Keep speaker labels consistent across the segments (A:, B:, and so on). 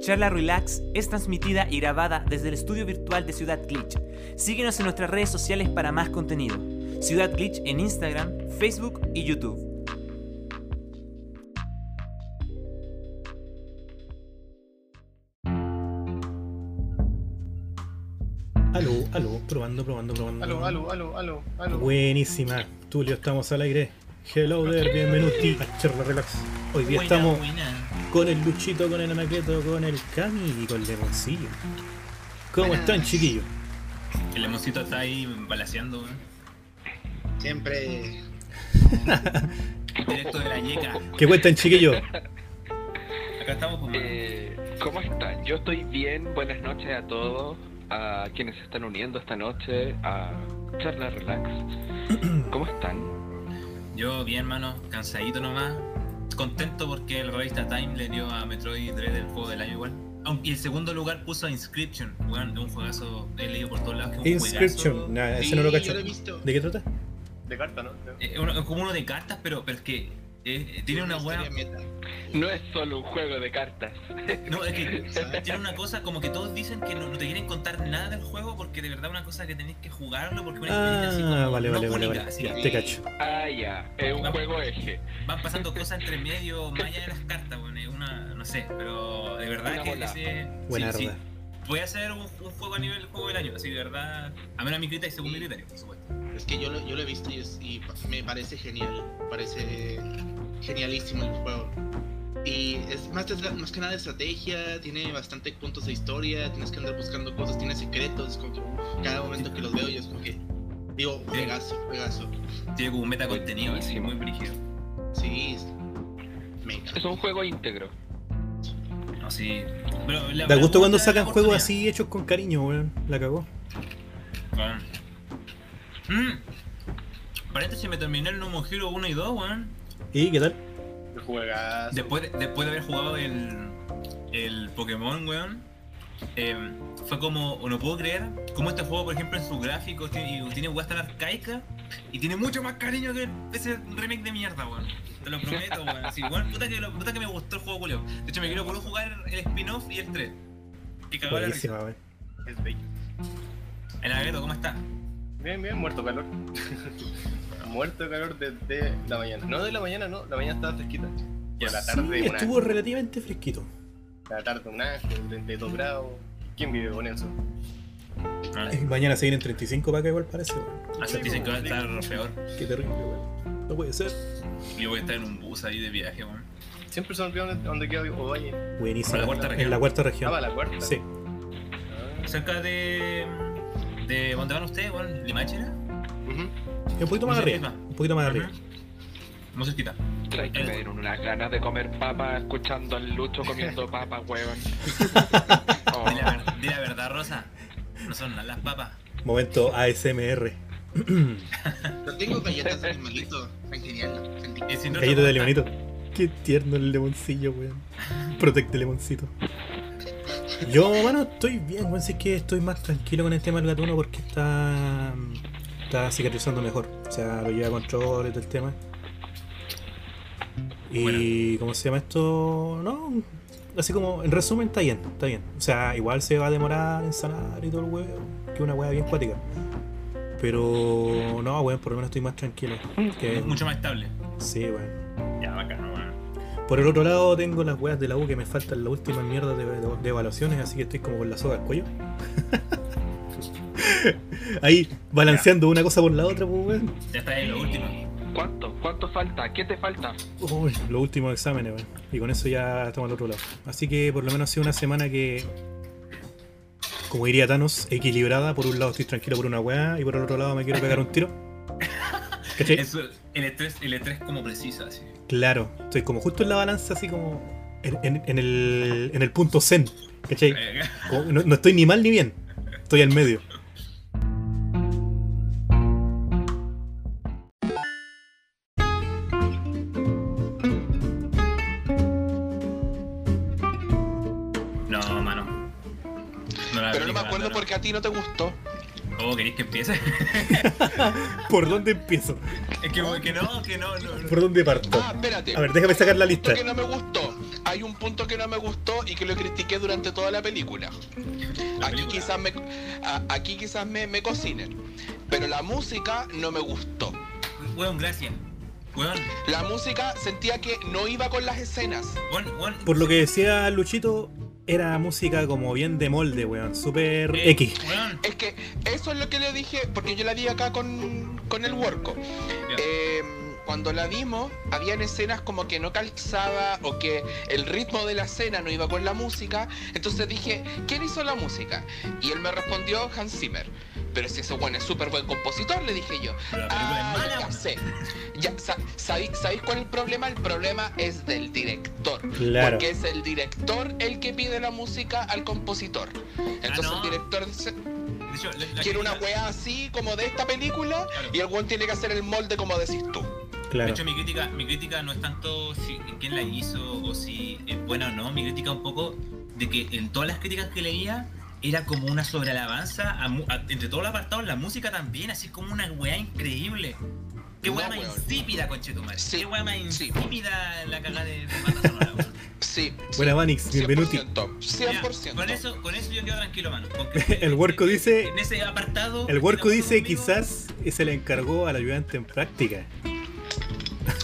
A: Charla Relax es transmitida y grabada desde el estudio virtual de Ciudad Glitch. Síguenos en nuestras redes sociales para más contenido. Ciudad Glitch en Instagram, Facebook y YouTube.
B: Aló, aló, probando, probando, probando.
C: Aló, aló, aló, aló, aló.
B: Buenísima, Tulio, estamos al aire. Hello there, bienvenuti a Charla Relax. Hoy día estamos con el Luchito, con el Anaqueto, con el Cami y con Lemoncillo. ¿Cómo
C: Buenas.
B: están, chiquillos?
D: El lemoncito está ahí balaseando, weón.
C: Siempre.
D: Directo de la yeca.
B: ¿Qué cuentan, chiquillos?
D: Acá estamos pues, con
E: Eh, ¿Cómo están? Yo estoy bien. Buenas noches a todos, a quienes se están uniendo esta noche a Charla Relax. ¿Cómo están?
D: Yo bien, hermano, cansadito nomás. Contento porque la revista Time le dio a Metroid Dread el juego del año igual. Aunque el segundo lugar puso a Inscription, weón, de un juegazo, he leído por todos lados que es un
B: Inscription.
D: juegazo.
B: Nah,
C: Sí,
B: ese no lo cacho.
C: yo lo he visto.
B: ¿De qué trata?
C: De carta, ¿no? Creo.
D: Eh, uno- es como uno de cartas, pero, pero es que eh, tiene una buena...
C: historia meta.
E: No es solo un juego de cartas.
D: No, es que tiene una cosa como que todos dicen que no, no te quieren contar nada del juego porque de verdad una cosa que tenés que jugarlo porque es una experiencia así
B: Ah,
D: como
B: vale,
D: no
B: vale, vale,
D: única,
B: vale.
D: así
B: Ya,
D: que-
B: te cacho.
E: Ah, ya. Es un juego eje.
D: Van pasando cosas entre medio, más allá de las cartas, bueno, es una, no sé, pero de verdad
E: Una
D: que
E: bola.
D: ese-
B: Buena
D: sí, sí.
B: arda.
D: Voy a hacer un, un juego a nivel juego del año, así de verdad, a menos a mi criterio y según mi criterio, por supuesto.
C: Es que yo lo, yo lo he visto y, es- y pa- me parece genial. Parece genialísimo el juego. Y es más, desga- más que nada de estrategia, tiene bastantes puntos de historia, tienes que andar buscando cosas, tiene secretos, como que cada momento que los veo yo es como que. Digo, juegazo, juegazo.
D: Tiene como un meta contenido, así,
E: Buenísimo.
D: muy brígido.
C: Sí, es- me
E: Es
C: encanta.
E: un juego íntegro.
D: No, sí. Pero la-
B: Da
D: la-
B: gusto cuando
D: la- la
B: sacan juegos
D: oportunidad.
B: así hechos con cariño, weón. La cagó.
D: Weón. Mm. Paréntesis, me terminé el No More Hero 1 y 2, weón.
B: ¿Y qué tal?
C: Juegazo.
D: Después, después de haber jugado el, el Pokémon, weón, eh, fue como, o no puedo creer, como este juego, por ejemplo, en sus gráficos tiene, tiene weas tan arcaica y tiene mucho más cariño que ese remake de mierda, weón. Te lo prometo, weón. Así, weón, puta que, lo- puta que me gustó el juego, culio. De hecho, me quiero puro jugar el spin-off y el 3. Que cagó la risa.
B: Buenísima, weón.
C: Es bello.
D: El Agreto, ¿cómo está?
F: Bien, bien, muerto calor. muerto calor desde la mañana. No de la mañana, no, la mañana estaba fresquita.
D: Ya.
F: Por la
B: Sí,
F: tarde, una,
B: estuvo relativamente fresquito.
F: la tarde un ángel, 32 grados. ¿Quién vive con eso?
D: Ah,
B: Mañana se vienen 35 para acá, igual parece, weón.
D: Así dicen ah, que va a estar peor.
B: Qué terrible, weón. No puede ser.
D: Yo voy a estar en un bus ahí de viaje, weón.
F: Siempre se me olvida dónde, dónde queda Ovalle.
B: Buenísimo.
D: Por la cuarta región.
B: En la cuarta
F: Ah,
B: región.
F: va, la cuarta.
B: Sí.
F: Ah,
D: Cerca de. ¿De dónde van ustedes, weón? ¿Limachera?
F: ujú.
B: Un poquito más
D: Sí,
B: arriba.
D: misma.
B: Un poquito más arriba.
D: No se quita.
E: Hay
D: Eh.
E: que me dieron unas ganas de comer papa escuchando al Lucho comiendo papa, huevón. Oh,
D: Di la, ver- di la verdad, Rosa. No son las papas.
B: Momento ASMR.
C: Yo tengo galletas de animalito. Tan genial. sentí-
D: Y si no te
B: Galleta de
D: gusta-
B: limonito. Qué tierno el limoncillo, weón. Protect el limoncito. Yo, bueno, estoy bien, weón. Si es que estoy más tranquilo con el tema del gatuno porque está. Está cicatrizando mejor. O sea, lo lleva a control y todo el tema. Y. ¿Cómo se llama esto? No. Así como, en resumen, está bien, está bien. O sea, igual se va a demorar en sanar y todo el huevo. Que es una hueá bien cuática. Pero. No, weón, por lo menos estoy más tranquilo. Que,
D: Es mucho más estable.
B: Sí, weón.
D: Ya, bacano, weón.
B: Por el otro lado tengo las weas de la U que me faltan las últimas mierdas de, de- de evaluaciones, así que estoy como con la soga al cuello. Ahí, balanceando una cosa por la otra, pues weón.
D: Ya está en lo último.
E: Oh. ¿Cuánto? ¿Cuánto falta? ¿Qué te falta?
B: Uy, los últimos exámenes, weón. Y con eso ya estamos al otro lado. Así que por lo menos ha sido una semana que, como diría Thanos, equilibrada. Por un lado estoy tranquilo por una wea y por el otro lado me quiero pegar un tiro. ¿Cachai?
D: Eso, el estrés, el estrés como precisa, así.
B: Claro, estoy como justo en la balanza, así como en, en- en el, en el punto zen. ¿Cachai?
D: Eh,
B: Como- No, no estoy ni mal ni bien. Estoy al medio.
D: No, mano. No la
E: Pero no
D: aplico,
E: me acuerdo
D: no.
E: porque a ti no te gustó.
D: Oh, ¿queréis que empiece?
B: ¿Por dónde empiezo?
D: es que, que no, que no, no. no.
B: ¿Por dónde parto?
E: Ah, espérate.
B: A ver, déjame sacar la lista.
E: que no me gustó.
G: hay un punto que no me gustó y que lo critiqué durante toda la película.
D: La
G: Aquí
D: película.
G: quizás me, a- aquí quizás me, me cocinen. Pero la música no me gustó.
D: Weón, gracias. Weón,
G: La música sentía que no iba con las escenas.
D: weón, weón.
B: Por lo que decía Luchito, era música como bien de molde, weón. Super
D: Eh,
B: X.
D: Weón,
G: Es que eso es lo que le dije, porque yo la vi acá con, con el Worco. Eh, cuando la vimos, habían escenas como que no calzaba o que el ritmo de la escena no iba con la música. Entonces dije, ¿quién hizo la música? Y él me respondió, Hans Zimmer. Pero si ese bueno es súper buen compositor, le dije yo.
D: pero la película
G: Ah,
D: es mala.
G: ya
D: weón.
G: sé. Ya, sa- sabí- ¿Sabéis cuál es el problema? El problema es del director.
B: Claro.
G: Porque es el director el que pide la música al compositor. Entonces
D: Ah, no.
G: el director dice,
D: De hecho, la- la
G: quiere una
D: crítica-
G: weá así como de esta película
D: Claro.
G: y el weón tiene que hacer el molde como decís tú.
D: De
B: Claro.
D: hecho, mi crítica, mi crítica no es tanto si quién la hizo o si es buena o no. Mi crítica un poco de que en todas las críticas que leía era como una sobrealabanza a mu- a- entre todos los apartados, la música también, así como una weá increíble. Qué
G: No,
D: weá más
G: weón.
D: insípida, conchetumare.
G: Sí,
D: Qué weá más
G: sí.
D: insípida la cagada de de banda sonora, weón.
G: Sí.
B: Buena, Vanix. Bienvenuti.
G: 100%.
D: Mira,
G: 100%.
D: Con eso, con eso yo quedo tranquilo, mano.
B: El huerco dice-
D: En ese apartado.
B: El Worco
D: estoy de
B: dice
D: acuerdo conmigo.
B: quizás se le encargó al ayudante en práctica.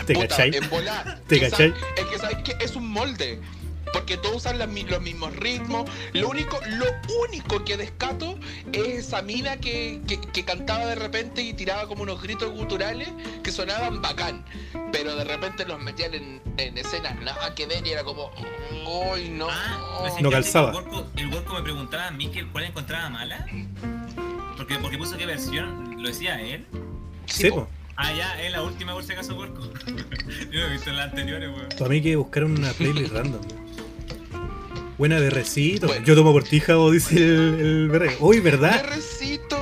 B: ¿Te
G: Puta, eh,
B: cachai?
G: en volar.
B: ¿Te
G: Quizá-
B: cachai?
G: Es que sabes que es un molde. Porque todos usan las mi- los mismos ritmos. Lo único, lo único que descato es esa mina que, que- que cantaba de repente y tiraba como unos gritos guturales que sonaban bacán. Pero de repente los metían en, en escenas nada que ver y era como. ¡Uy, no!
D: Ah, pues,
B: No
D: fíjate que
B: calzaba.
D: El Gorko, el Gorko me preguntaba a mí que cuál encontraba mala. Porque, porque puso qué versión, lo decía él.
B: Sí, po.
D: Ah, ya, es la última por si acaso Gorko. Yo no he visto en las anteriores, weón.
B: Para mí que buscaron una playlist random. Buena berrecito.
G: Bueno.
B: Yo tomo cortija o dice el, el berre. Uy, ¿verdad?
G: ¡Perrecito!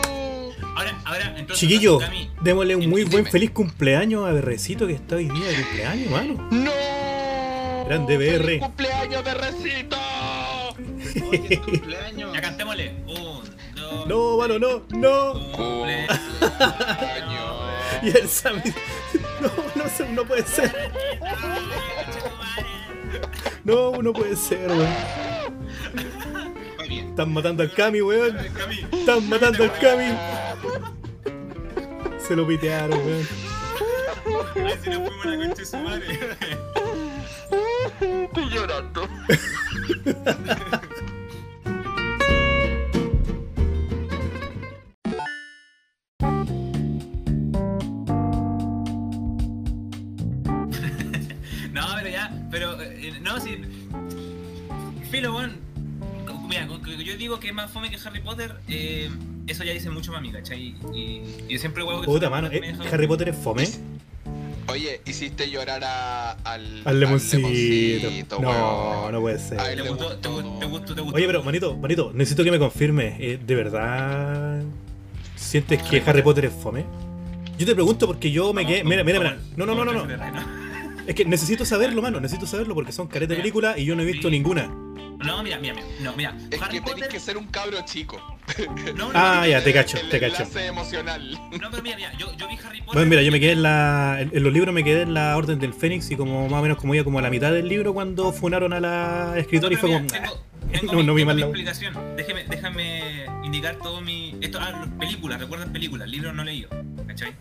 D: Ahora, ahora, entonces.
B: Chiquillo,
D: Cami,
B: démosle un muy buen
G: Dime.
B: feliz cumpleaños a Berrecito que está hoy día de cumpleaños, mano.
G: ¡No!
B: Grande BR.
G: ¡Feliz ¡Cumpleaños, perrecito!
F: Oye, es tu cumpleaños.
D: ya cantémosle. Un, dos.
B: No, mano, no, no.
D: cumple-
B: Y el Sammy. No, no, se- no puede ser. No, no puede ser, weón.
C: Va bien.
B: Están matando al Cami, weón.
D: Cami,
B: Están matando al Cami. Se lo pitearon, weón.
D: ay, si nos fuimos a la concha de su madre.
G: Estoy llorando.
D: No, pero ya, pero eh, no, si. Filo, weón. co- Mira, co- co- yo digo que es más fome que Harry Potter, eh, eso ya dice mucho mami, ¿cachai? Y, y yo siempre huevo que.
B: Puta, mano. eh, Harry Potter es fome.
G: Oye, hiciste llorar a, al,
B: Al lemoncito.
G: lemoncito,
B: No,
G: weón.
B: no puede ser.
G: A él
D: ¿Te
G: le
D: gustó? ¿Te gustó? ¿Te gustó? ¿Te gustó?
B: Oye, pero manito, manito, necesito que me confirme. eh, ¿De verdad sientes que Harry Potter es fome? Yo te pregunto porque yo me
D: Vamos,
B: quedé. Mira, mira,
D: vamos,
B: mira. No, no, no,
D: vamos,
B: no. no.
D: vamos, vamos.
B: Es que necesito saberlo, mano. Necesito saberlo porque son caretas de películas y yo no he visto
D: Sí.
B: ninguna.
D: No, mira, mira, mira. No, mira.
G: Es
D: Harry
G: que tenés
D: Potter.
G: que ser un cabro chico.
D: No, no,
B: Ah, ya, te cacho,
G: El
B: te cacho.
G: enlace emocional.
D: No, pero mira, mira. Yo, yo vi Harry Potter.
B: Bueno, mira, yo me quedé en la. En en los libros me quedé en la Orden del Fénix y como más o menos como iba como a la mitad del libro cuando funaron a la
D: No,
B: escritora y
D: pero
B: fue
D: mira,
B: como.
D: tengo-
B: no,
D: tengo
B: no vi
D: tengo
B: mal la-
D: explicación. Déjeme, déjame indicar todo mi. Esto, ah, películas, recuerden películas, libros no leído, ¿cachai?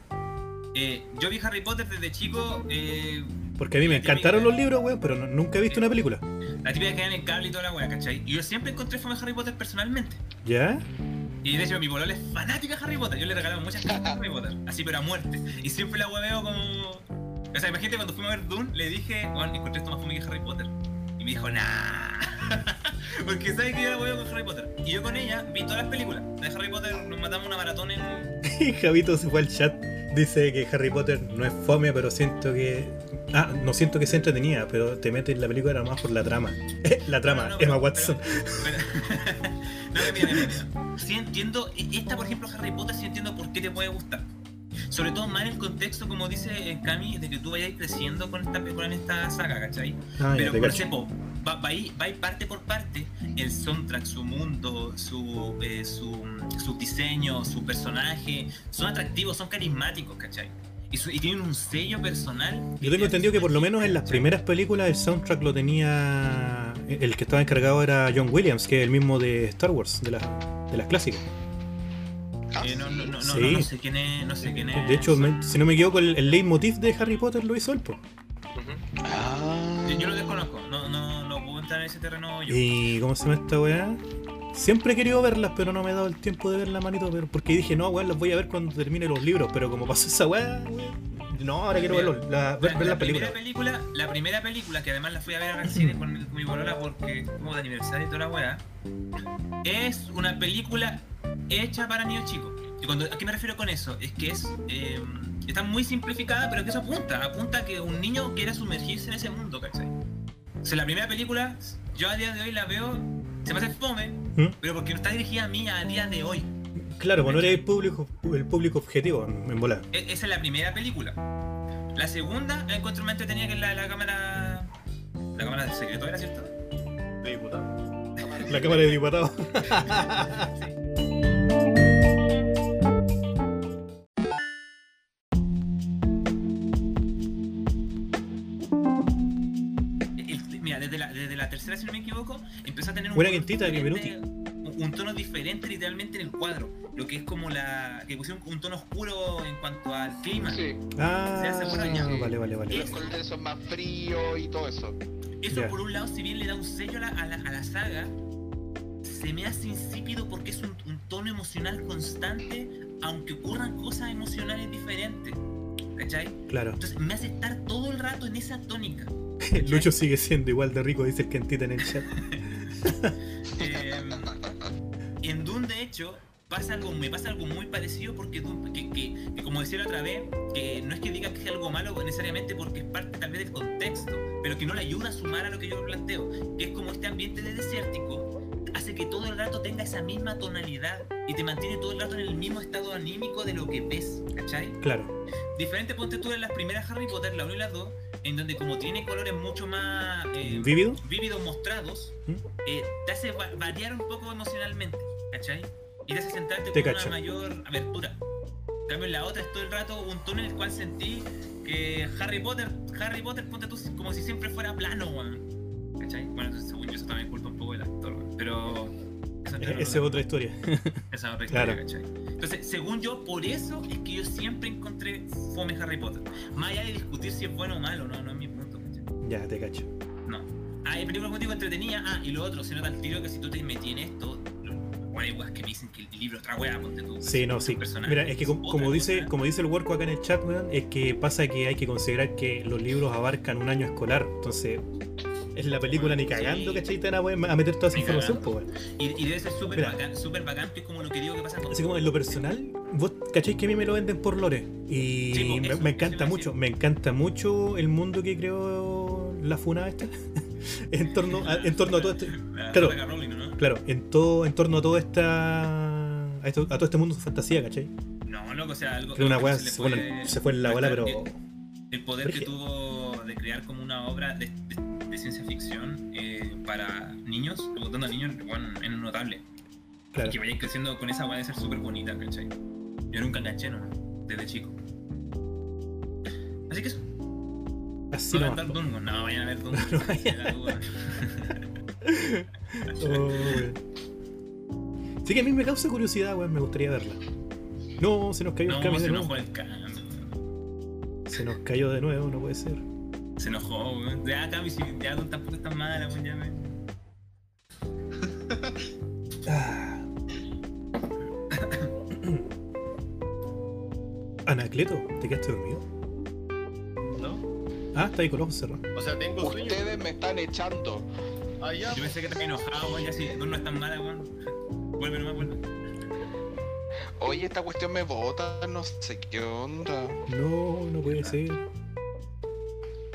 D: Eh, yo vi Harry Potter desde chico, eh,
B: Porque a mí me encantaron los libros, weón, pero no- nunca he visto una película.
D: la típica que dan en el cable y toda la wea, ¿cachai? Y yo siempre encontré fama de Harry Potter personalmente.
B: ¿Ya?
D: Y de hecho, mi polola es fanática de Harry Potter. Yo le regalaba muchas cartas de Harry Potter, así pero a muerte. Y siempre la hueveo como. O sea, imagínate cuando fuimos a ver Dune, le dije, bueno, encontré esto más fome que Harry Potter. Y me dijo, nah. Porque sabe que yo la hueveo con Harry Potter. Y yo con ella vi todas las películas. De Harry Potter nos matamos una maratón en.
B: Y Javito se fue al chat. Dice que Harry Potter no es fome, pero siento que. Ah, no siento que sea entretenida, pero te metes en la película nada más por la trama. Eh, la trama,
D: No, no, pero-
B: Emma Watson.
D: pero- pero- no, pero mira, mira, mira. Sí entiendo, e, esta por ejemplo, Harry Potter, sí entiendo por qué te puede gustar. Sobre todo más en el contexto, como dice eh, Cami, de que tú vayas creciendo con esta, con esta saga, ¿cachai?
B: Ah, ya
D: Pero
B: te
D: por
B: cacho.
D: ejemplo, va, va, ahí, va ahí parte por parte, el soundtrack, su mundo, su, eh, su, su diseño, su personaje, son atractivos, son carismáticos, ¿cachai? y, su- y tienen un sello personal.
B: Yo tengo entendido que por lo menos en las primeras películas el soundtrack lo tenía. El que estaba encargado era John Williams, que es el mismo de Star Wars, de, las de las clásicas.
G: Ah,
D: Eh, no, no, no, no,
B: Sí.
D: no, no sé quién es, no sé quién es.
B: De hecho, me- si no me equivoco, el, el leitmotiv de Harry Potter lo hizo él, po.
D: Ujú.
G: Ah.
D: Yo, yo lo desconozco, no, no, no puedo entrar en ese terreno yo.
B: ¿Y cómo se llama esta weá? Siempre he querido verlas, pero no me he dado el tiempo de verlas, manito. Pero porque dije, no, weón, las voy a ver cuando termine los libros. Pero como pasó esa weá, weón, No, ahora quiero verlo, la, ver,
D: La-
B: ver
D: la
B: las películas.
D: primera película, la primera película que además la fui a ver al cine con, mi- con mi bolola porque como de aniversario y toda la weá, es una película hecha para niños chicos. Y cuando, ¿A qué me refiero con eso? Es que es eh, está muy simplificada, pero que eso apunta, apunta a que un niño quiera sumergirse en ese mundo, ¿cachai? O sea, la primera película, yo a día de hoy la veo, se me hace fome,
B: ¿Mm?
D: pero porque no está dirigida a mí a día de hoy.
B: Claro, pues no era el público, el público objetivo, en en volar.
D: E- Esa es la primera película. La segunda la encuentro más entretenida que es la de la cámara. La cámara del secreto, ¿era cierto?
F: Diputado.
B: La cámara de diputados.
D: El- mira, desde la, desde la tercera, si no me equivoco, empieza a tener un,
B: Buena
D: tono
B: quintita,
D: diferente- un un tono diferente literalmente en el cuadro. Lo que es como la. que pusieron un tono oscuro en cuanto al clima.
G: Sí,
B: Ah,
D: hace por allá.
B: vale, vale, vale.
G: los colores son más fríos y todo eso.
D: Eso
B: Ya.
D: por un lado, si bien le da un sello a la, a la- a la saga, se me hace insípido porque es un, un tono emocional constante, aunque ocurran cosas emocionales diferentes. ¿Cachai?
B: Claro.
D: Entonces me hace estar todo el rato en esa tónica.
B: Lucho sigue siendo igual de rico, dice el Kentita en el chat.
D: Em, en Dune, de hecho, pasa algo, me pasa algo muy parecido porque Dune- que, que- que como decía la otra vez, que no es que diga que es algo malo necesariamente porque es parte tal vez del contexto, pero que no le ayuda a sumar a lo que yo planteo, que es como este ambiente de desértico hace que todo el rato tenga esa misma tonalidad y te mantiene todo el rato en el mismo estado anímico de lo que ves, ¿cachai?
B: Claro.
D: Diferente ponte tú en las primeras Harry Potter, la 1 y la 2, en donde como tiene colores mucho más eh,
B: ¿Vívido?
D: vívidos mostrados,
B: ¿Mm?
D: eh, te hace va- variar un poco emocionalmente, ¿cachai? Y te hace sentarte
B: Te
D: con
B: cacho.
D: una mayor apertura. En cambio, en la otra es todo el rato un tono en el cual sentí que Harry Potter, Harry Potter, ponte tú como si siempre fuera plano, weón. ¿Cachai? Bueno, entonces, según yo, eso también es culpa un poco del actor, weón. Pero. eso no lo-
B: Esa es otra historia.
D: esa otra historia,
B: E-, Claro.
D: ¿cachai? Entonces, según yo, por eso es que yo siempre encontré fome Harry Potter. Más allá de discutir si es bueno o malo, no, no es mi punto, ¿cachai?
B: Ya, te cacho.
D: No. Ah, el película contigo entretenía. Ah, y lo otro, se nota el tiro que si tú te metí en esto, lo- bueno, hay weas que me dicen que el libro es otra wea, ponte tú.
B: Sí, no, sí.
D: Personaje,
B: Mira, es que com-
D: otra
B: como dice,
D: cosa.
B: como dice el huerco acá en el chat, weón, es que pasa que hay que considerar que los libros abarcan un año escolar. Entonces, es la película ni cagando,
D: Sí.
B: ¿cachai? Te van a, weón, a meter toda esa
D: Ni
B: información,
D: cagando.
B: po, weón.
D: Y, y debe ser súper
B: Mira.
D: bacán, súper bacán, que es como lo que digo que pasa con.
B: Así como en lo personal, vos, ¿cachai? Que a mí me lo venden por lore. Y
D: Sí, po,
B: me, me
D: eso, eso iba
B: encanta
D: a
B: mucho,
D: decir.
B: me encanta mucho el mundo que creó la funa esta. en, torno a, en torno a todo esto.
D: La- la
B: claro.
D: saga Rowling, ¿no?
B: Claro, en todo, en torno a todo esta. A, esto- a todo este mundo de fantasía, ¿cachai?
D: No, loco, o sea, algo.
B: Creo una
D: algo
B: weá
D: que
B: se,
D: le
B: fue en-
D: puede-
B: se fue en la bola, pero.
D: El poder que
B: Brígido.
D: tuvo de crear como una obra de, de- de ciencia ficción eh, para niños, votando a niños, bueno, es notable.
B: Claro.
D: Y que vayáis creciendo con esa weá de ser súper bonita, ¿cachai? Yo nunca enganché, ¿no? Desde chico. Así que eso.
B: Así
D: no,
B: nomás.
D: vayan a ver Dungo. No, vayan
B: No vayan
D: a ver Dungo. La duda.
B: Oh, weón. Sí que a mí me causa curiosidad, weón, me gustaría verla. No, se nos cayó el
D: No,
B: cambio
D: se
B: de nuevo.
D: enojó el cambio.
B: Se nos cayó de nuevo, no puede ser.
D: Se enojó, weón. Ya, cambio, si ya Dun tampoco es tan mala, weón, ya me.
B: Ah. Anacleto, ¿te quedaste dormido?
F: ¿No?
B: Ah, está ahí con los ojos cerrados.
F: O sea, tengo sueño.
G: Ustedes me están echando.
F: Allá.
D: Yo pensé que estaba enojado, weón. Ya si Dun no es tan mala, weón. Vuelve nomás, vuelve.
G: Oye, esta cuestión me bota, no sé qué onda.
B: No, no puede ser.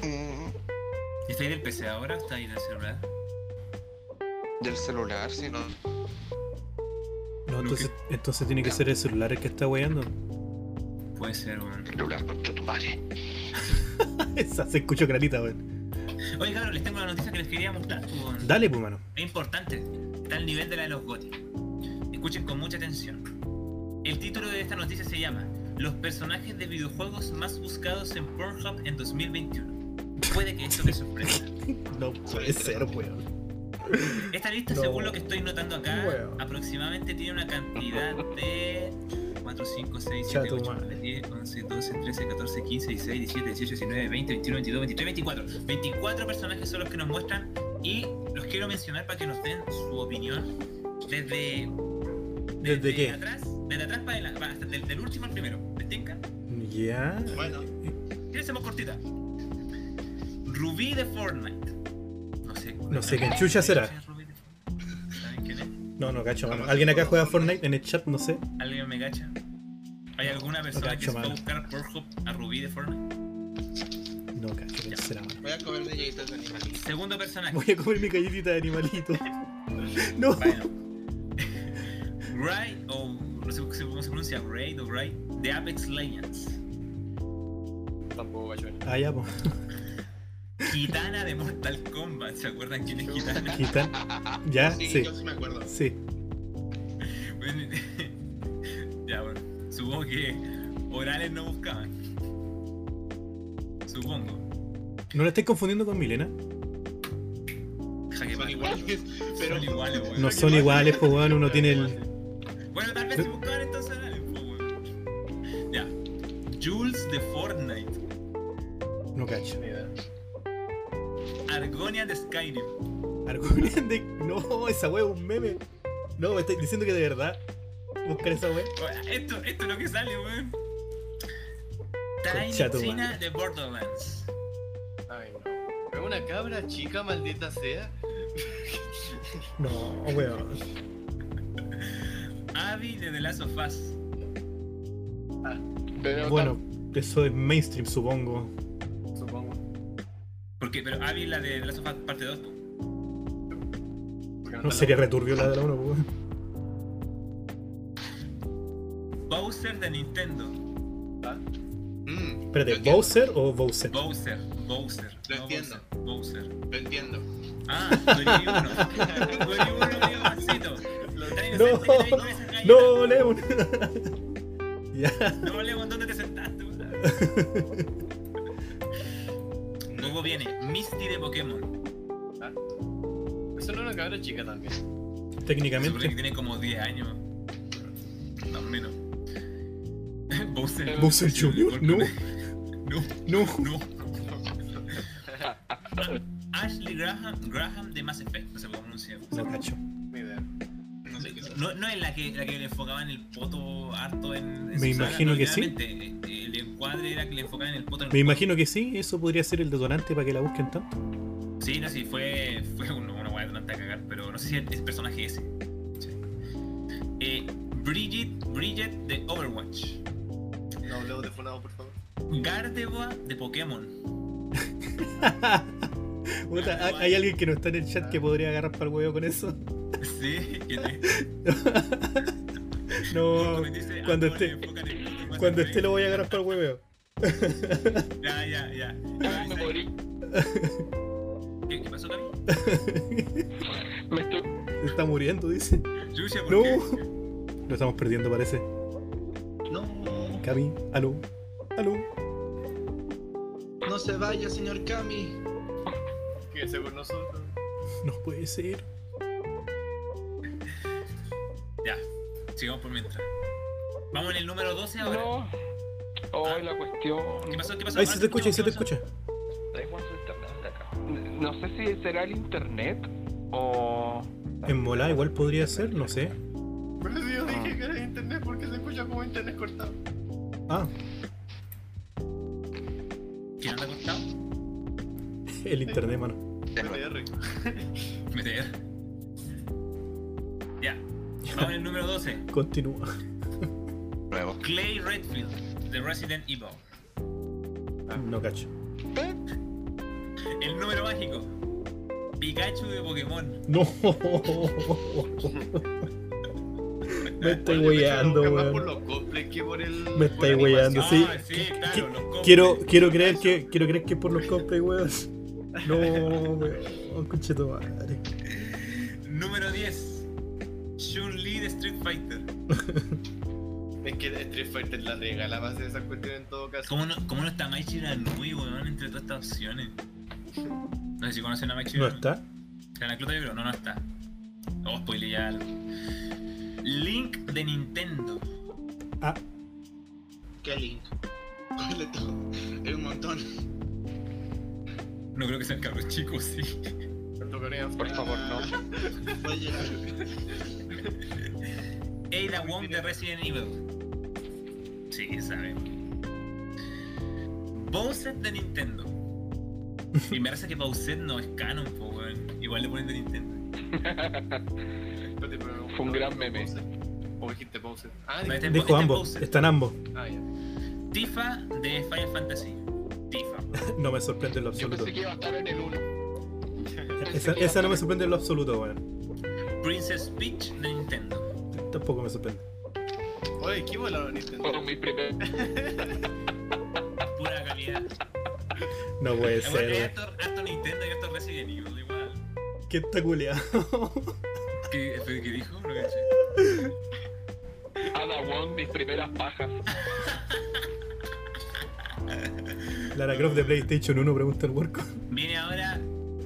G: Mm,
D: ¿Y ¿Está ahí del PC ahora? o ¿Está ahí del celular?
G: del celular, si no.
B: No, entonces, entonces tiene que ser el celular el que está weyando.
D: Puede ser, weón.
G: Celular, concha tu madre.
B: Esa se escuchó clarita, weón.
D: Oye, cabrón, les tengo una noticia que les quería mostrar, weón.
B: Dale, pues, mano.
D: es importante, está al nivel de la de los gotis. Escuchen con mucha atención. El título de esta noticia se llama los personajes de videojuegos más buscados en Pornhub en 2021. Puede que esto te sorprenda.
B: No puede ser, weón.
D: Esta lista,
B: No.
D: según lo que estoy notando acá,
B: Weón.
D: aproximadamente tiene una cantidad de 4, 5, 6, 7,
B: Chato,
D: 8,
B: madre.
D: 9, 10, 11, 12, 13, 14, 15, 16, 17, 18, 19, 20, 21, 22, 23, 24. 24 personajes son los que nos muestran y los quiero mencionar para que nos den su opinión desde...
B: ¿Desde qué?
D: Atrás, desde atrás para adelante, hasta del, del último al primero. ¿Me tinca?
B: Ya.
C: Bueno,
D: ¿Qué hacemos cortita? Rubí de Fortnite. No sé.
B: No sé quién chucha será.
D: Rubí de Fortnite. ¿Saben quién es?
B: No, no cacho, mano. ¿Alguien acá juega Fortnite en el chat? No sé.
D: ¿Alguien me gacha? ¿Hay alguna persona que
B: gacho,
D: se va a
B: mano.
D: buscar Pornhub a Rubí de Fortnite?
B: No cacho, ¿quién será, mano?
C: voy a comer de galletas de animalitos.
D: Segundo personaje.
B: Voy a comer mi galletita de animalito. No.
D: Bueno. Ray, o no sé cómo se pronuncia, Raid o Ray, de Apex Legends.
F: Tampoco va a llover.
B: Ah, ya, po.
D: Kitana de Mortal Kombat, ¿se acuerdan quién es Kitana?
B: Quitan. Ya,
C: Sí,
B: sí.
C: yo sí me acuerdo.
B: Sí.
D: Bueno, ya, bueno. Supongo que orales no buscaban. Supongo.
B: ¿No la estáis confundiendo con Milena?
D: Jaque
C: Son
D: mate.
C: iguales, pero
D: Son iguales, weón.
B: No son iguales, pues, weón. Uno tiene el.
D: Bueno, tal vez si buscaban entonces orales, po, weón. Ya. Jules de Fortnite.
B: No cacho.
F: Ni idea.
D: Argonia de Skyrim.
B: Argurian de. No, esa wea es un meme. No, me estáis diciendo que de verdad. Buscar esa wea.
D: Bueno, Esto, esto es lo que sale, weón. Tiny
B: Concha tu
D: Tina
B: madre.
D: de Borderlands.
F: Ay, no. Es una cabra chica, maldita sea.
B: No, weón.
D: Abby de The Last of Us.
G: Pero
B: Bueno, eso es mainstream, supongo.
F: Supongo.
D: ¿Por qué? Pero Abby es la de The Last of Us parte 2. po.
F: Porque
B: No
F: está
B: sería returbio la de la 1, weón.
D: Bowser de Nintendo.
C: Mm,
B: Espérate,
C: lo entiendo,
B: ¿Bowser o Bowser?
D: Bowser. Bowser.
C: Lo entiendo.
D: Bowser. Bowser.
C: Lo entiendo.
D: Ah, Dory 1. Dory 1, amigo Marcito.
B: No, No, Lemon. ya.
D: No, León, ¿dónde te sentaste? weón? Luego viene Misty de Pokémon.
F: la- Eso no es una cabra chica también.
D: Se supone que
B: Técnicamente.
D: tiene como 10 años. Más o menos. Bowser.
B: Bowser Jr., no.
D: No,
B: No.
D: no. Ashley Graham, Graham de Mass Effect. No se puede pronunciar.
B: No cacho.
F: Ni idea.
C: No sé qué son.
D: No, no es la que, la que le enfocaban el poto harto en. en
B: Me
D: su sala,
B: imagino
D: no,
B: que sí.
D: claramente, eh, El encuadre era que le enfocaban el poto en el
B: Me imagino que sí, eso podría ser el detonante para que la busquen tanto.
D: Sí, no, sí, fue, fue un- una weá de tanta cagar, pero no sé si es el personaje ese. Sí. Eh, Bridget, Bridget de Overwatch.
F: No hablemos de Funado, por favor.
D: Gardevoir de Pokémon.
B: Puta, ¿hay- hay alguien que no está en el chat que podría agarrar para el huevo con eso.
D: Sí, ¿quién es?
B: No.
D: Me dice, ah,
B: Oh, cuando
D: no, le
B: esté-
D: enfocan el- más
B: Cuando
D: en
B: esté lo voy a agarrar para el huevo.
D: Facebook. Ya, ya, ya.
G: Ah, me morí.
D: ¿Qué, qué pasó, Gaby?
E: Me estoy...
B: Se está muriendo, dice.
D: Yuya, ¿por
B: No.
D: qué?
B: Lo estamos perdiendo, parece.
C: No,
B: Cami, aló. Aló.
C: no se vaya, señor Cami.
F: Quédese con nosotros.
B: No puede ser.
D: Ya, sigamos por mientras. Vamos en el número 12 ahora.
E: No. Oh, la cuestión.
D: ¿Qué pasó? ¿Qué pasó?
B: Ahí
D: Ah,
B: se te escucha, ahí se te
D: ¿qué pasó?
B: escucha.
E: Da igual su internet acá. No sé si será el internet o...
B: En mola igual podría ser, no sé.
F: Pero si yo dije que era internet, porque se escucha como internet cortado?
B: Ah,
D: ¿Quién anda cortado?
B: el internet, mano.
F: PTR.
D: Meter. Ya, vamos en el número 12.
B: Continúa.
G: nuevo.
D: Clay Redfield, de Resident Evil.
B: No cacho.
D: El número mágico. Pikachu de Pokémon.
B: No. Me estoy weyando,
F: Nunca más por
B: weón.
F: los cosplays que por el.
B: Me
F: por la
B: estoy weyando,
F: animación.
B: sí.
D: Ah, sí,
B: Qui-
D: claro,
B: qui-
D: los cosplays.
B: Quiero, quiero creer que, quiero creer que es por los cosplay, weón. No, weón. Escuche tu madre.
D: Número 10. Chun-Li de Street Fighter.
F: Es que Street Fighter la regala para hacer esa cuestión en todo caso.
D: ¿Cómo no, cómo no está Maichi Ranui, weón, entre todas estas opciones? No sé si conocen a Maichi
B: ¿No
D: Ranui.
B: está?
D: Anaclota yo creo, no, no está. Oh, spoiler ya algo. Link de Nintendo.
B: Ah,
C: ¿Qué link? Completo. Es un montón.
D: No creo que sean cabros chicos, sí.
E: Por favor, no.
C: Oye,
D: Ada Wong de Resident Evil. Sí, sabe. Bowser de Nintendo. Y me parece que Bowser no es canon, po, weón. Igual le ponen de Nintendo.
F: Espérate, pero-
E: Fue un gran meme.
F: O dijiste Bowser. Ah,
D: No,
F: dijiste-
D: este-
B: dijo
D: este
B: ambos.
D: Bowser.
B: Están ambos.
F: ah, ya.
D: Tifa de Final Fantasy. Tifa.
B: No me sorprende en lo
G: Yo
B: absoluto.
G: pensé que iba a estar en el 1.
B: Esa, esa no me sorprende en lo absoluto, weón.
D: Princess Peach de Nintendo.
B: Tampoco me sorprende.
F: Oye, ¿qué volaron Nintendo?
E: Por mi primer.
D: Pura calidad.
B: No puede
D: Igual
B: ser,
D: hay
B: weón.
D: harto, harto Nintendo y harto Resident Evil, igual.
B: ¿Qué está culeado?
D: ¿Qué, qué dijo? No caché.
E: Ada Wong, Ah, mis primeras pajas.
B: Lara Croft de PlayStation 1 pregunta el Worko.
D: Viene ahora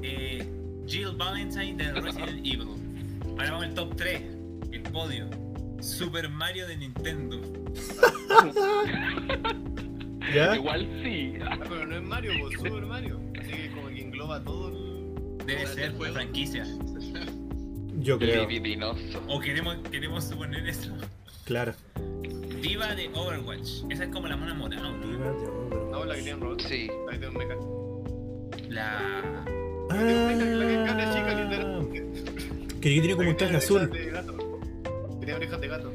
D: eh, Jill Valentine de Resident Evil. Ahora vamos al top 3, el podio. Super Mario de Nintendo.
B: ¿Ya?
E: Igual sí.
F: Ah, pero no es Mario, vos, Super Mario. Así que como que engloba todo el...
D: Debe
C: Ahora
D: ser
C: el
D: la
C: juego.
D: franquicia.
B: Yo creo.
E: Libidinoso.
D: O queremos, queremos suponer eso.
B: Claro.
D: Diva de Overwatch. Esa es como la mona morada, ¿no?
F: No, la Ah, que tiene un robot.
E: Sí.
F: La que tiene un mecha.
D: La.
F: La que tiene un mecha, la que es cara de chica, literal.
B: Ah, que tiene como un traje azul.
F: Tenía orejas de gato. Tenía orejas de gato.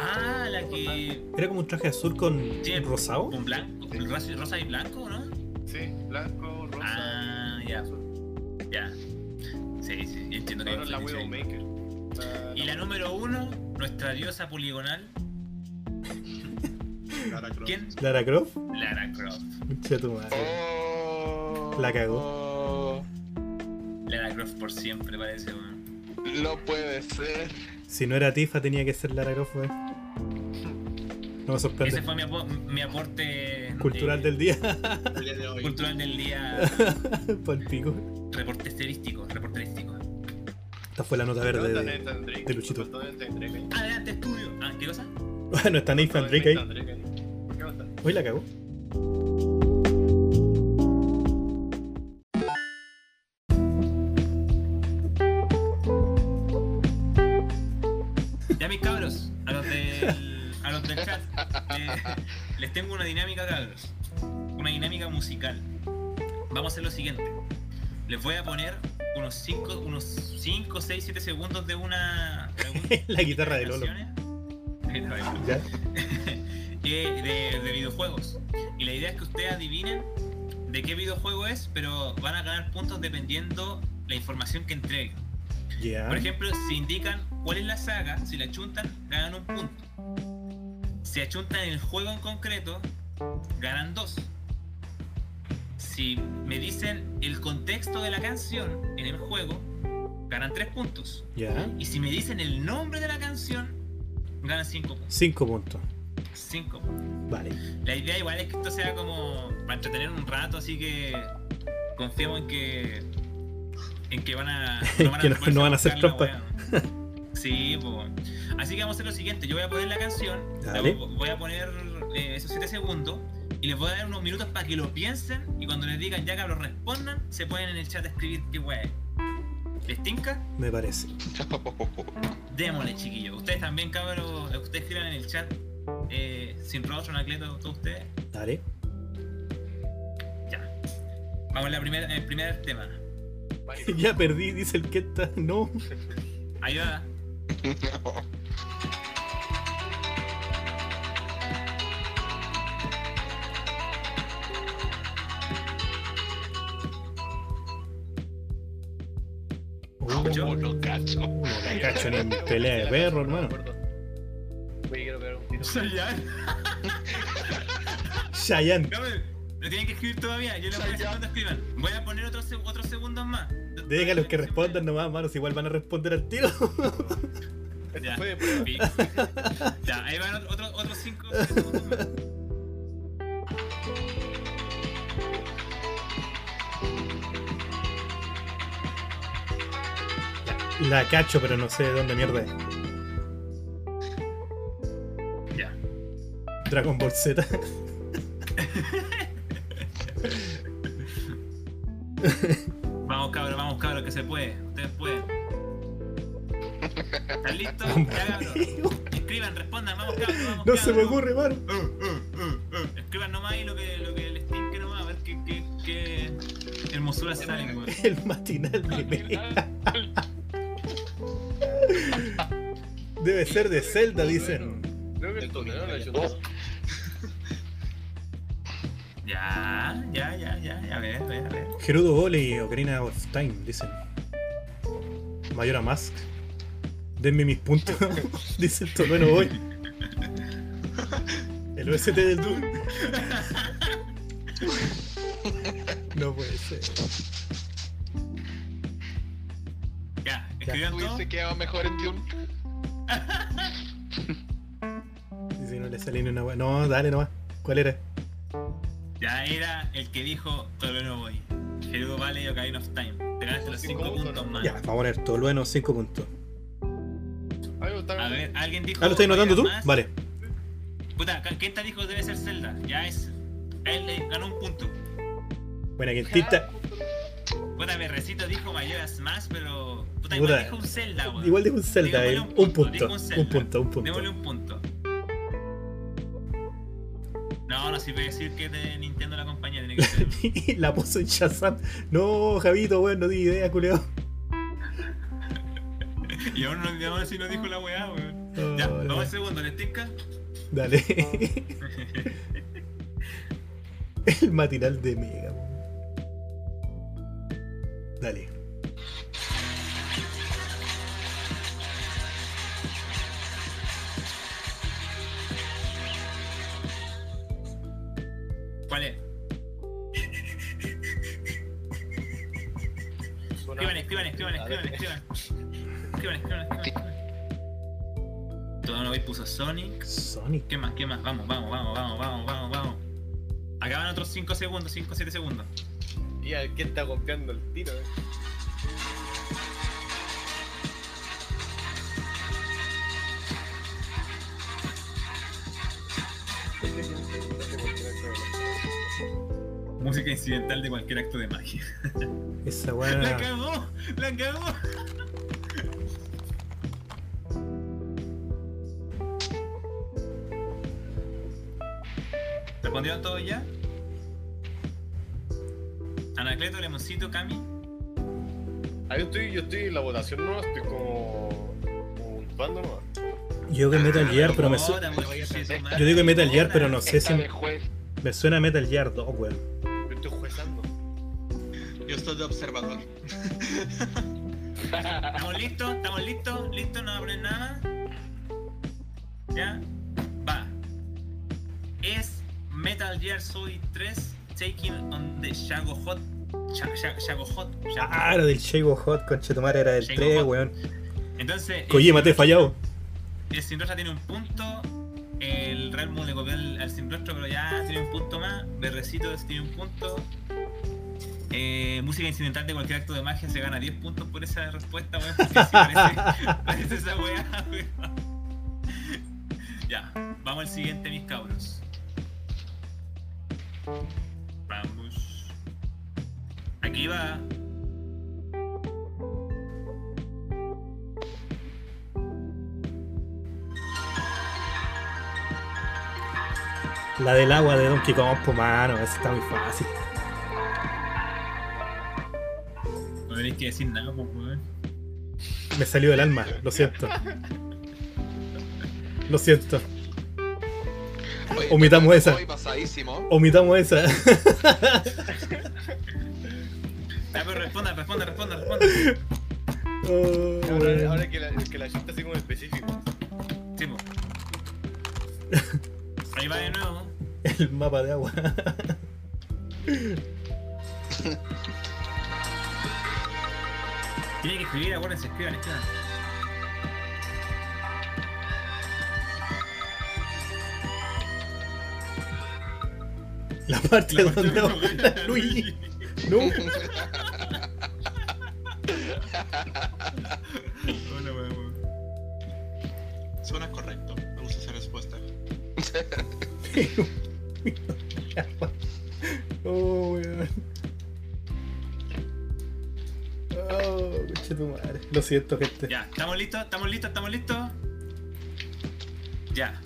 D: Ah, la que.
B: Era como un traje azul con
D: tiene
B: rosado.
D: Con blanco. con rosa- Rosa y blanco, ¿no?
F: Sí, blanco, rosa.
D: Ah, ya.
F: azul.
D: Ya. Sí, sí, yo entiendo que. hay
F: Ahora la
D: diferencia ahí.
F: Widowmaker. La-
D: Y la número uno, nuestra diosa poligonal,
C: Lara Croft.
D: ¿quién?
B: Lara Croft.
D: Lara Croft.
B: Concha tu madre.
G: Oh,
B: La cagó.
G: oh,
D: Lara Croft por siempre parece, weón.
G: no puede ser.
B: Si no era Tifa, tenía que ser Lara Croft, weón. No me
D: Ese
B: sorprende.
D: fue mi, apo- mi aporte
B: Cultural
D: eh,
B: del día.
C: El día de hoy.
D: cultural del día
B: Pal pico.
D: reporterístico, reporterístico.
B: Esta fue la nota
F: Faltó
B: verde de.
F: Nathan Drake,
B: de Luchito.
F: faltó Nathan Drake ahí.
D: Adelante, estudio. Ah, ¿qué cosa?
B: Bueno, está Nathan
F: Faltó
B: Drake ahí.
F: Nathan Drake ahí. ¿Por qué no está?
B: Hoy la cagó.
D: Ya mis cabros, a los del, a los del chat, le- les tengo una dinámica, cabros. Una dinámica musical. Vamos a hacer lo siguiente. Les voy a poner unos 5, unos 5, 6, 7 segundos de una... de un-
B: La guitarra de Lolo.
D: canciones. La guitarra de Lolo.
B: ¿Ya?
D: eh, de, de videojuegos. Y la idea es que ustedes adivinen de qué videojuego es, pero van a ganar puntos dependiendo la información que entreguen.
B: Ya.
D: Por ejemplo, si indican cuál es la saga, si la achuntan, ganan un punto. Si achuntan el juego en concreto, ganan dos. Si me dicen el contexto de la canción en el juego, ganan tres puntos.
B: Ya.
D: Y si me dicen el nombre de la canción, ganan cinco puntos.
B: Cinco puntos.
D: Cinco
B: Vale.
D: la idea igual es que esto sea como para entretener un rato, así que confiamos en que en que van a no
B: Que no-
D: ponerse
B: no van a hacer
D: buscar la
B: trampa.
D: weá. Sí, po. Así que vamos a hacer lo siguiente, yo voy a poner la canción, la
B: Dale.
D: vo- voy a poner eh, esos 7 segundos y les voy a dar unos minutos para que lo piensen y cuando les digan ya que lo respondan, se pueden en el chat escribir qué weá. es. ¿Les tinca?
B: Me parece.
D: Démosle, chiquillos. Ustedes también, cabros, ustedes escriban en el chat eh, sin rostro, anacleto, todos ustedes.
B: Dale.
D: Ya. Vamos al primer, el primer tema.
B: Ya perdí, dice el que está. No.
D: Ayuda.
B: Oh,
E: no cacho.
B: la cacho ni en pelea de perro, hermano.
F: Oye, quiero pegar un tiro.
D: Chayanne.
B: Shayan.
D: Lo tienen que escribir todavía. Yo les voy a decir cuando escriban. Voy a poner otros, se- otros segundos más.
B: Deja a los que respondan nomás, manos, igual van a responder al tiro.
D: Ya.
F: Fue pues, de prueba.
D: Pic. ya, ahí van otros otro, otros cinco.
B: La cacho, pero no sé de dónde mierda es.
D: Ya.
B: Dragon Ball Z.
D: Vamos, cabros, vamos, cabros, que se puede. Ustedes pueden. ¿Están listos? Ya, cabros. Escriban, respondan, vamos, cabros. Vamos,
B: No se me
D: cabros.
B: ocurre, mano.
D: Uh, uh, uh, uh. Escriban nomás ahí lo que, lo que les tinque nomás, a ver qué, qué, qué hermosura pues. salen, weón.
B: El matinal de Mega. Debe ser de Zelda, dicen.
F: Creo que el torneo lo ha hecho todo.
D: Ya, ya, ya, ya, ya, a ver, a ver, a ver.
B: Gerudo Gole y Ocarina of Time, dicen. Mayora Mask. Denme mis puntos, dice el bueno hoy. El OST del Doom. No puede ser.
D: Ya, escriban todo.
G: Hubiese quedado mejor en Tune.
B: Y si no le sale ni una wea. No, dale nomás. ¿Cuál era?
D: Ya era el que dijo Tolueno Boy. Gerudo Vale y Ocarina of Time. Te ganaste los
F: Cinco
D: 5
F: puntos,
D: puntos
F: ¿no?
D: más.
B: Ya, vamos a poner Tolueno 5 puntos.
F: A mí me gustaron.
D: A ver, alguien dijo.
B: Ah, ¿lo estáis notando tú?
D: Ocarina más?
B: Vale.
D: Puta, Ca- Kenta dijo debe ser Zelda. Ya es. Él le ganó un punto.
B: Buena quentita.
D: Puta, Berrecito dijo Mayoras más, pero.
B: Puta.
D: Puta, igual dijo un Zelda, weón.
B: Igual dijo un Zelda,
D: Démosle
B: eh. Un punto.
D: dijo
B: Un
D: Zelda.
B: punto, un punto.
D: Démosle un punto. No, no sirve decir que es de Nintendo la compañía tiene que ser.
B: La puso en Shazam. No, Javito, weón, no di idea, culeo.
D: y aún no olvidamos si no dijo la weá, weón. Ya,
B: Oh,
D: vamos al segundo, ¿le tinca?
B: Dale. El matinal de Mega. weón. Dale.
D: ¿Cuál es?
F: Suena-
D: Escriban, escriban, escriban,
F: A ver.
D: escriban, escriban. Escriban, escriban, escriban. Todo hoy puso Sonic.
B: Sonic.
D: ¿Qué más? ¿Qué más? Vamos, vamos, vamos, vamos, vamos, vamos, vamos. Acaban otros 5 segundos, 5, 7 segundos.
F: Y a quién está golpeando el tiro, eh.
D: Música incidental de cualquier acto de magia.
B: Esa
D: ¡La
B: weá.
D: cagó! ¡La cagó! ¿Respondieron todos ya? Anacleto, Lemoncito, Cami.
F: Ah, yo estoy, yo estoy en la votación nueva, estoy como. como puntuando nomás.
B: Yo que
D: Ah,
B: Metal Gear, pero me, su-
D: Puta, weón, su madre,
B: Yo digo en Metal Gear, pero no sé si
G: Esta
B: me,
G: de juez.
B: me suena a Metal Gear 2, weón.
F: Yo estoy juezando.
C: Yo estoy de observador.
D: ¿Estamos listos? ¿Estamos listos? ¿Listos? ¿No abren nada? ¿Ya? Va. Es Metal Gear Solid 3 Taking on the Shago Hot. Sha- Sha- Shago Hot. Shago
B: Ah, era del Shago Hot, conchetumar, era del
D: Shago
B: 3,
D: Hot.
B: weón.
D: Entonces, eh,
B: Kojima, te he fallado.
D: el Sin Rostro tiene un punto. El Real Moon le copió al, al Sin Rostro, pero ya tiene un punto más. Berrecito tiene un punto. Eh, música incidental de cualquier acto de magia se gana 10 puntos por esa respuesta, weón. Porque sí parece, parece esa weá, weón. Ya, vamos al siguiente, mis cabros. Vamos. Aquí va
B: La del agua de Donkey Kong, po, mano, esa está muy fácil.
D: No tenéis que decir nada, pues, weón.
B: Me salió del alma, lo siento. Lo siento.
G: Oye,
B: Omitamos
G: estoy
B: esa.
G: pasadísimo.
B: Omitamos esa.
D: Ya, pero responda, responda, responda, responda.
B: Oh,
F: Ahora,
B: weón.
F: ahora que, la, que la gente así como específico.
D: Sí, po. Ahí va de nuevo.
B: Oh, El mapa de agua.
D: Tiene que escribir, acuérdense, escriban, escriban.
B: La parte
D: La parte
B: donde
D: donde
B: ahogan a Luigi. No.
D: Hola, weón, weón.
C: Suena correcto. Me gusta esa respuesta.
B: Oh, weón. Oh, coche tu madre. Lo siento, gente.
D: Ya, ¿estamos listos? ¿Estamos listos? ¿Estamos listos? Ya.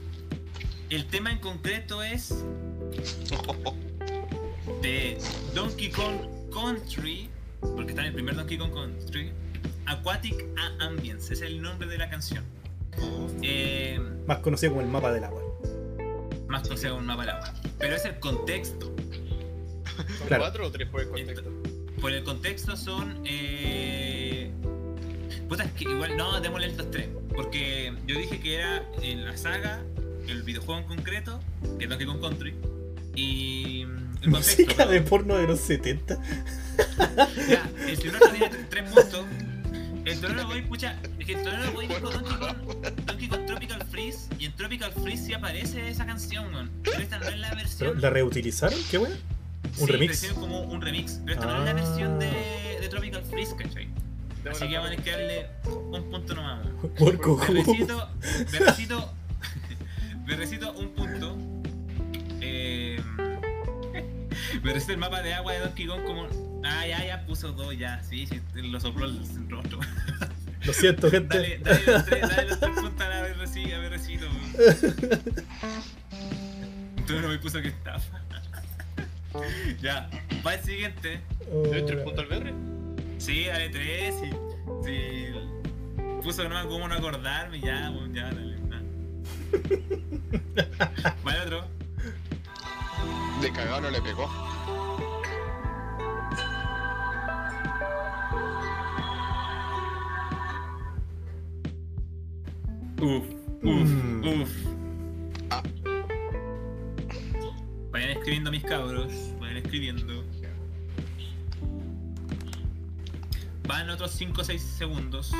D: El tema en concreto es de Donkey Kong Country, porque está en el primer Donkey Kong Country, Aquatic A- Ambience, es el nombre de la canción. Eh,
B: Más conocido como el mapa del agua.
D: más conocido como un mapa al agua. Pero es el contexto.
F: ¿Son
B: Claro.
F: cuatro o tres por el contexto?
D: Por el contexto son. Eh... Puta, es que igual no, démosle estos tres. Porque yo dije que era en la saga, el videojuego en concreto, que es Donkey Kong Country, y. mm, El contexto.
B: Música de porno de los 70.
D: pero- Ya, el Tonoro tiene tres- tres puntos. El Tonoro Boy, pucha, es que el Tonoro Boy dijo Donkey Kong, Donkey Kong Tropical Freeze, y en Tropical Freeze sí aparece esa canción, weón. Pero esta no es la
B: Pero,
D: versión.
B: ¿La reutilizaron? ¿Qué weón?
D: Sí,
B: ¿Un
D: pero
B: remix?
D: hicieron como un remix. Pero esta no es la
B: Ah.
D: versión de, de Tropical Freeze, ¿cachai?
F: Démosle
D: Así que
F: cuatro.
D: vamos a tener que darle un punto nomás. weón.
B: Porco.
D: Berrecito, Berrecito, Berrecito, un punto. Eh, Berrecito, el mapa de agua de Donkey Kong como... Ah, ya, ya, puso dos, ya. Sí, sí, lo sopló el rostro.
B: Lo siento, gente.
D: Dale, dale los tres, dale los tres puntos a Berrecito, a Berrecito. Entonces no me puso que estafa. ya, va el siguiente.
B: Oh,
F: ¿Le doy tres
B: weón.
F: puntos al verde?
D: Sí, dale tres y. Sí. Puso nomás como no acordarme, ya, bueno, ya, dale. na. Vale otro.
G: De cagado no le pegó.
D: Uf, uf,
B: Mm.
D: uf. Vayan escribiendo mis cabros, vayan escribiendo. Van otros 5 o 6 segundos.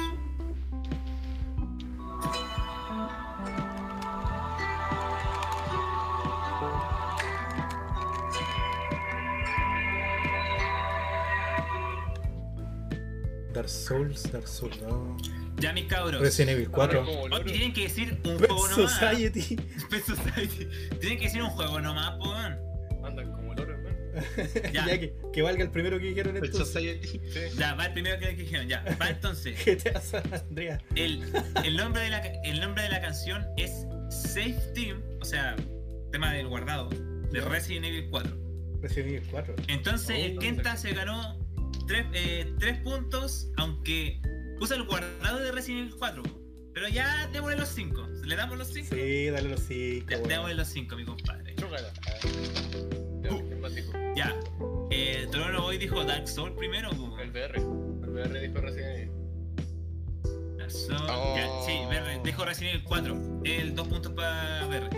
B: Dark Souls, Dark Souls, no.
D: Ya mis cabros.
B: Resident Evil 4.
F: Ahora como
D: Oh,
F: loro.
D: tienen que decir un
B: Pet
D: juego nomás.
B: Society.
D: Pet Society. Tienen que decir un juego nomás, pon.
F: Andan como loro, hermano.
D: Ya.
B: Ya, que, que valga el primero que dijeron
C: El
B: entonces.
C: Society.
D: Ya, va el primero que dijeron, ya. Va entonces.
B: GTA San Andreas.
D: El, el nombre de la, ca- el nombre de la canción es Safe Team, o sea, tema del guardado, de Resident Evil 4.
B: Resident Evil 4.
D: Entonces,
F: Oh,
D: el Kenta se ganó 3 puntos, aunque usa el guardado de Resident Evil 4. Pero ya démosle los 5. ¿Le damos los 5?
B: Sí, dale los 5.
D: Ya, démosle los 5, mi compadre.
F: Chócala. Ya, ¿quién más dijo?
D: Ya. Eh, Trono Boy dijo Dark Soul primero. po.
F: El BR. El BR dijo recién ahí.
D: Dark Souls,
G: Oh.
D: ya, sí, Berre, dejo Resident Evil 4. El 2 puntos para Berre.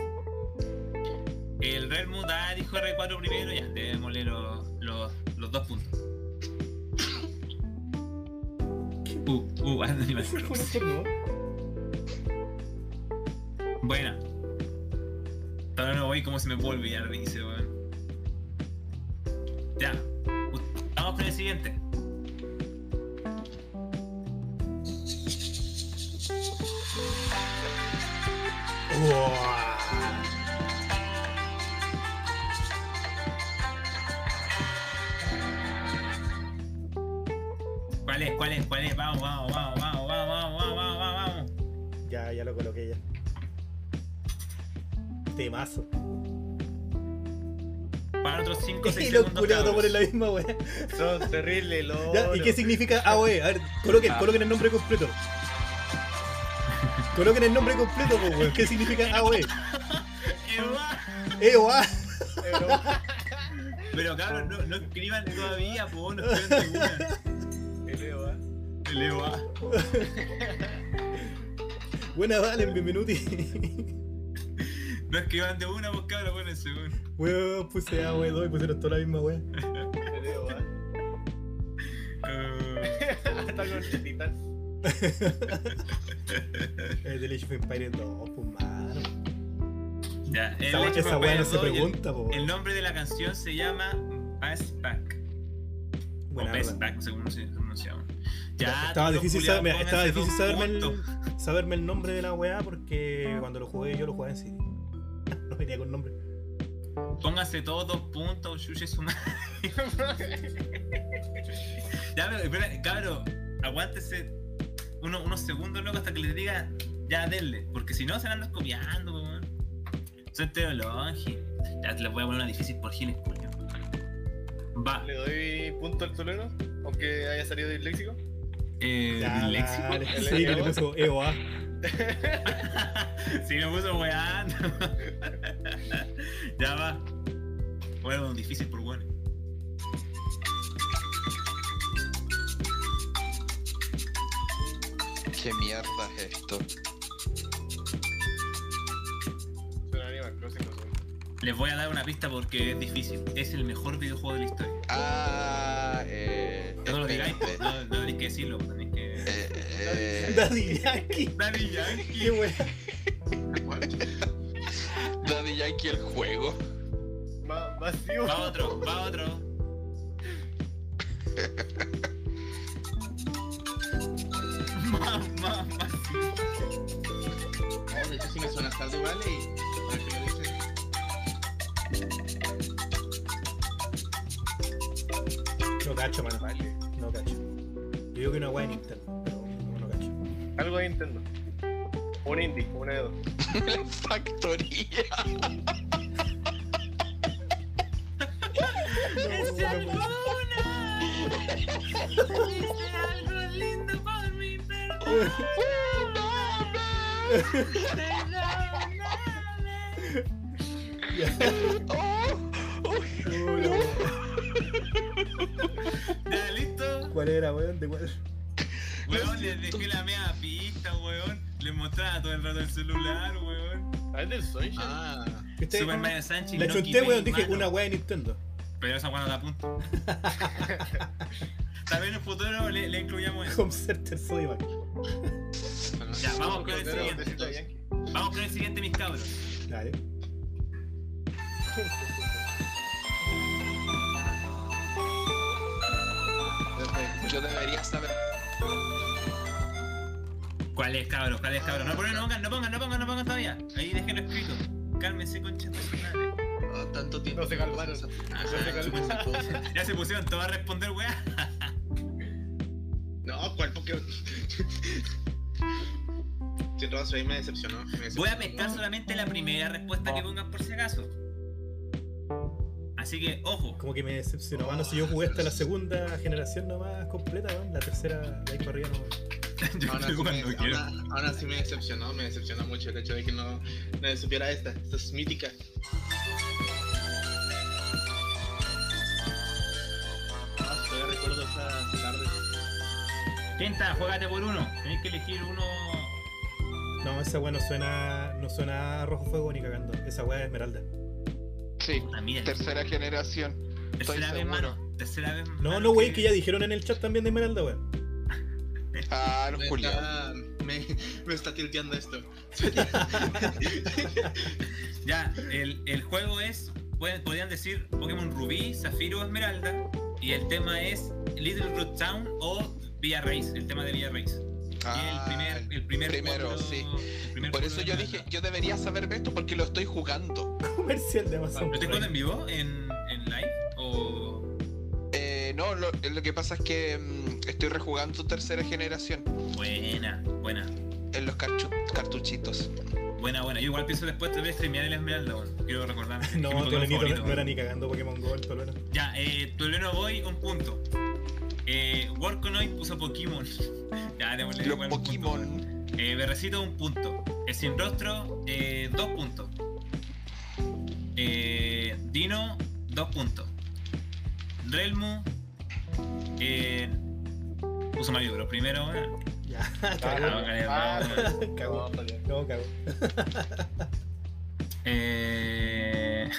D: El Red Moon, ah, dijo R4 primero, ya, démosle los, los, los dos puntos. Uh, uh, Animal Crossing. Buena. Ahora no voy como se me puede olvidar, dice, weón. Ya. Ut- Vamos con el siguiente. ¿Cuál es? ¿Cuál es? ¿Cuál es? Vamos, vamos, vamos, vamos, vamos, vamos, vamos, vamos, vamos.
B: Ya, ya lo coloqué ya. Temazo.
D: Para otros 5 o 6
B: Y los
D: segundos.
B: culiados no
D: cabros.
B: ponen la misma weá.
F: Son terribles
B: Ya,
F: loro.
B: ¿Y qué significa AOE? A ver, coloquen,
E: Ah.
B: coloquen el nombre completo. Coloquen el nombre completo, po, weón. ¿Qué significa E? AOE?
D: Ewa.
B: EOA.
D: Pero cabros, no, no escriban todavía, po, no escriban ninguna.
F: El EOA.
D: El ah. EWA.
B: Buenas, Valen, bienvenuti.
D: No escriban de una, vos cabros, bueno, según.
B: Weón, puse AOE 2 y pusieron toda la misma weá.
F: El EOA.
D: Eh,
F: Hasta con el titán.
B: Eh, El The Age of Empires 2, pues mano.
D: Ya, el
B: Esa,
D: hecho
B: esa
D: fue
B: weá no se
D: dos y el-
B: pregunta, po.
D: El nombre de la canción se llama Bass Back.
B: Buena
D: o Bass
B: onda.
D: Back, según se pronunciaba.
B: Ya, estaba
D: los
B: difícil,
D: culiados,
B: saber- mira, estaba
D: pónganse
B: difícil
D: dos
B: saberme, el,
D: puntos.
B: saberme el nombre de la weá porque cuando lo jugué yo lo jugué en CD. No venía con nombre.
D: Pónganse todos dos puntos, Yushi su madre. ya, pero espera, cabrón, aguántese uno- unos segundos, loco, hasta que les diga ya, denle. Porque si no, se la andan copiando, po, weón. Son teologis. Ya te la voy a poner una difícil por Giles, por ejemplo. Va.
F: ¿Le doy punto al tolero? Aunque haya salido disléxico.
D: Eh,
B: Ya,
D: ¿Disléxico?
B: dale. Sí, que le puso E EOA.
D: Sí, me puso weando. ya va. Bueno, difícil por bueno.
G: Qué mierda es esto.
F: Suena Animal Crossing, no sé.
D: Les voy a dar una pista porque es difícil. Es el mejor videojuego de la historia.
G: Ah, eh.
D: No lo digáis,
G: espérate.
D: no, no tenéis que decirlo, pues tenéis que.
G: Eh, eh,
B: Daddy Yankee.
D: Daddy Yankee.
B: Qué weá.
G: Daddy Yankee el juego.
F: Va, vacío.
D: Va otro, va otro. Más, más, más.
C: No, Oh, de hecho, si me suena hasta algo, vale. Y ahora que lo dices,
B: No cacho, mano. No cacho. Yo digo que una weá de Nintendo, pero no, no cacho.
F: Algo de Nintendo. Un indie, una de dos.
G: La factoría.
B: No, no, no, no.
D: algo lindo por mi
B: Oh, la weá.
D: Ya, listo.
B: ¿Cuál era, weón? ¿De cuál?
D: Weón, les dejé la media pista, weón. Les mostraba todo el rato el celular, weón.
F: Ah, es del Sunshine.
C: Ah,
B: ¿Viste?
D: Super Mario Sánchez.
B: La
D: Gnocchi
B: chunté, weón.
D: Bay,
B: Dije
D: mano.
B: una weá de Nintendo.
D: Pero esa weón no da punto. Tal vez en el futuro le, le incluyamos eso.
B: Home Center Soyback.
C: bueno,
D: Ya, vamos con el
F: Pero
D: siguiente.
F: de Daddy Yankee.
D: Vamos con el siguiente, mis cabros.
B: Dale.
G: Yo debería saber.
D: ¿Cuál es, cabros? ¿Cuál es, cabros? No pongan, no pongan, no pongan, no pongan, no pongan todavía. Ahí déjenlo escrito. Cálmense, concha de su madre.
C: no, ah, tanto tiempo.
F: No se calmaron.
C: Ajá,
F: No se calmaron.
C: súper cosa.
D: Ya se pusieron todos a responder, weón.
C: No, ¿cuál Pokémon? Sin rostro, ahí me decepcionó. me decepcionó.
D: Voy a pescar solamente la primera respuesta que pongan por si acaso. Así que, ojo.
B: Como que me decepcionó, mano. Si yo jugué hasta la segunda generación nomás completa, weón. La tercera, de ahí para arriba no.
D: Yo
C: Ahora sí,
D: juego
C: me,
D: cuando quiero.
C: ahora- ahora sí me decepcionó, me decepcionó mucho el hecho de que no, no supiera esta. Esta es mítica. Ah, todavía recuerdo esa tarde.
D: Quinta, juégate por uno. Tenéis que elegir uno.
B: No, esa weá no suena. No suena a rojo fuego ni cagando. Esa weá es esmeralda.
G: Sí,
D: Ah, mira,
G: tercera generación.
D: tercera vez,
G: seguro.
D: mano. Tercera vez.
B: No,
D: mano,
B: no, wey, que ya dijeron en el chat también de esmeralda, weón.
G: Ah, los
C: Me
G: culiados.
C: está, me, me está tilteando esto.
D: Ya, el, el juego es. pueden- podrían decir Pokémon Rubí, Zafiro o Esmeralda. Y el tema es Little Root Town o Villa Race. El tema de Villa Race. Y el
G: Ah,
D: primer. El primer
G: primero,
D: pueblo-
G: sí.
D: el primer
G: Por
D: pueblo
G: eso
D: de
G: yo
D: Esmeralda.
G: dije, yo debería saberme esto porque lo estoy jugando.
B: Comercial de Amazon.
D: ¿Lo estoy jugando en
B: Prime.
D: vivo? ¿En, en live? ¿O.?
G: Eh, no, lo, lo que pasa es que mm, estoy rejugando tercera generación
D: Buena, buena.
G: en los carchu- cartuchitos.
D: Buena, buena. Yo igual pienso después te voy a streamear el Esmeralda, weón. Quiero recordar. que mi
B: No,
D: Pokémon
B: Tolenito
D: favorito.
B: no era ni cagando Pokémon Go, el Toleno.
D: Ya, eh, Toleno voy, un punto. Eh, Workonoid puso Pokémon. ya, démosle
G: Los
D: igual un punto, weón.
G: Pokémon.
D: Eh, Berrecito, un punto. El Sin Rostro, eh, dos puntos. Eh, Dino, dos puntos. Relmu, eh, puso Mario Bros. Primero, weón.
B: Ya,
D: Ah,
B: cagó.
D: vale,
F: Ah,
D: vale, vale.
F: No,
B: Cagó.
F: vale.
B: No, cagó.
D: Eh,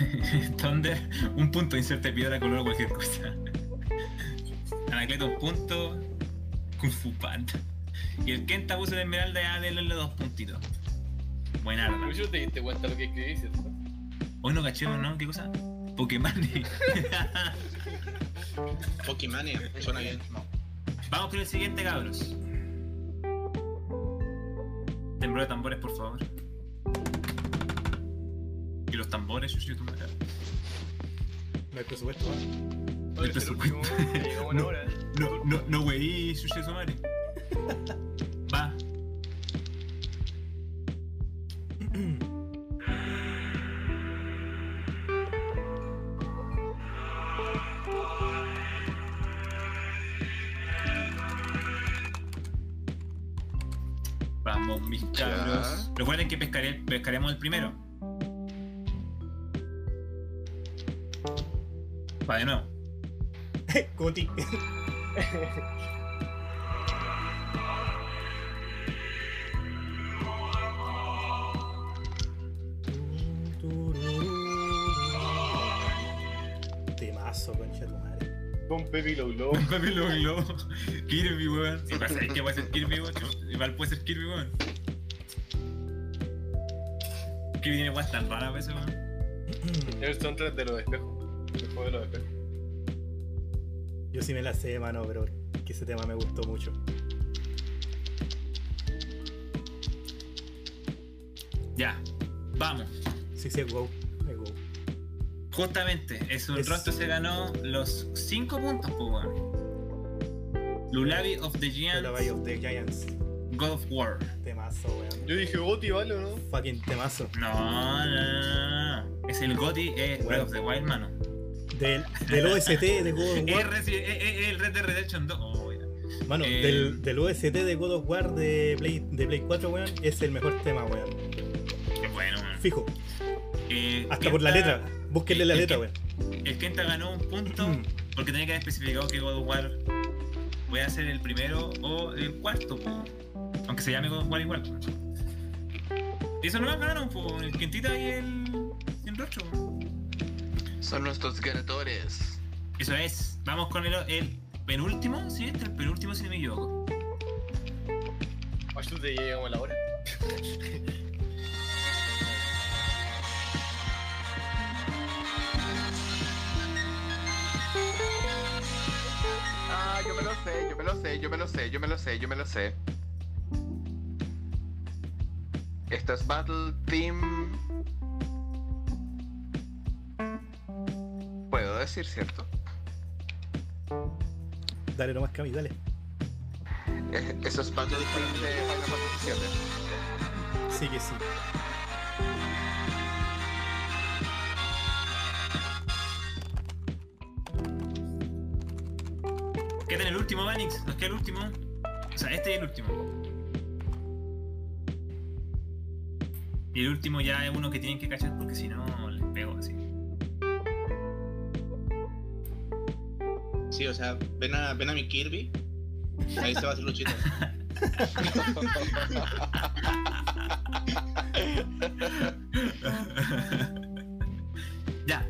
D: Thunder, un punto, inserte piedra, color o cualquier cosa. Anacleto, un punto. Kung Fu Panda. Y el Kenta puso de esmeralda a denle dos puntitos. Buena arma.
F: Lucho, te diste cuenta lo que escribiste, ¿no?
D: Hoy no caché, ¿no? ¿Qué cosa? Pokémon.
C: Pokémania, suena bien.
D: Vamos con el siguiente, cabros. Temblor de tambores, por favor. Y los tambores, yo soy tu madre.
B: No hay presupuesto. ¿eh?
F: Oye,
D: El
F: es el último,
D: presupuesto.
F: ya llegamos a una
D: No.
F: hora.
D: No, no, no, güey, yo soy tu madre. Va. Vamos, mis cabros. Recuerden que pescaré- pescaremos el primero. Va de nuevo.
B: Coti. Temazo, concha de tu madre.
F: Con Pepe y Lolo.
D: Papi lo globo. Kirby, weón. Si pasa que puede ser Kirby, weón. Igual puede ser Kirby, weón. Kirby tiene weas tan raras a veces, weón.
F: El soundtrack de los espejos. El juego de los espejos.
B: Yo sí me la sé, mano, pero que ese tema me gustó mucho.
D: Ya. Vamos.
B: Sí, sí, es wow. Es wow.
D: Justamente, el
B: Es-
D: rostro se ganó los 5 puntos, pues, weón. Lulabi of the
B: The
D: Giants,
B: Lullaby of the Giants.
D: God of War.
B: Temazo, weón.
F: Yo dije, Goti, vale, ¿o ¿no?
B: Fucking temazo.
D: No, no, no, no. Es el Goti, es Breath of the Wild, mano.
B: Del, del OST de God of
D: Es
B: War.
D: Resi- es- es- es el Red Dead Redemption 2. Oh, ya.
B: Mano,
D: eh,
B: del, del OST de God of War de Play, de Play 4, weón, es el mejor tema, weón.
D: Qué bueno, weón.
B: Fijo.
D: Eh,
B: Hasta por la
D: esta-
B: letra. Búsquenle la
D: el
B: letra,
D: que-
B: weón. Mm.
D: El Kenta ganó un punto porque tenía que haber especificado que God of War voy a ser el primero o el cuarto, po. aunque se llame God of War igual. po. Y eso nomás ganaron, po, el Kentita y el, y el Rocho. po.
G: Son nuestros ganadores.
D: Eso es, vamos con el, el penúltimo, sí, este es el penúltimo si no me equivoco.
F: Ayúdate, ya llegamos a la hora.
G: Ah, yo me lo sé, yo me lo sé, yo me lo sé, yo me lo sé, yo me lo sé. Esto es Battle Team. Puedo decir, ¿cierto?
B: Dale nomás, Cami, dale.
G: Eh, Esto es Battle Team de Final
B: Sí
G: Fantasy VII.
B: que sí.
D: Queda en el último, Vanix, nos queda el último. O sea, este es el último. Y el último ya es uno que tienen que cachar porque si no les pego así.
C: Sí, o sea, ven a, ven a mi Kirby. Ahí se va a hacer luchita.
D: ya,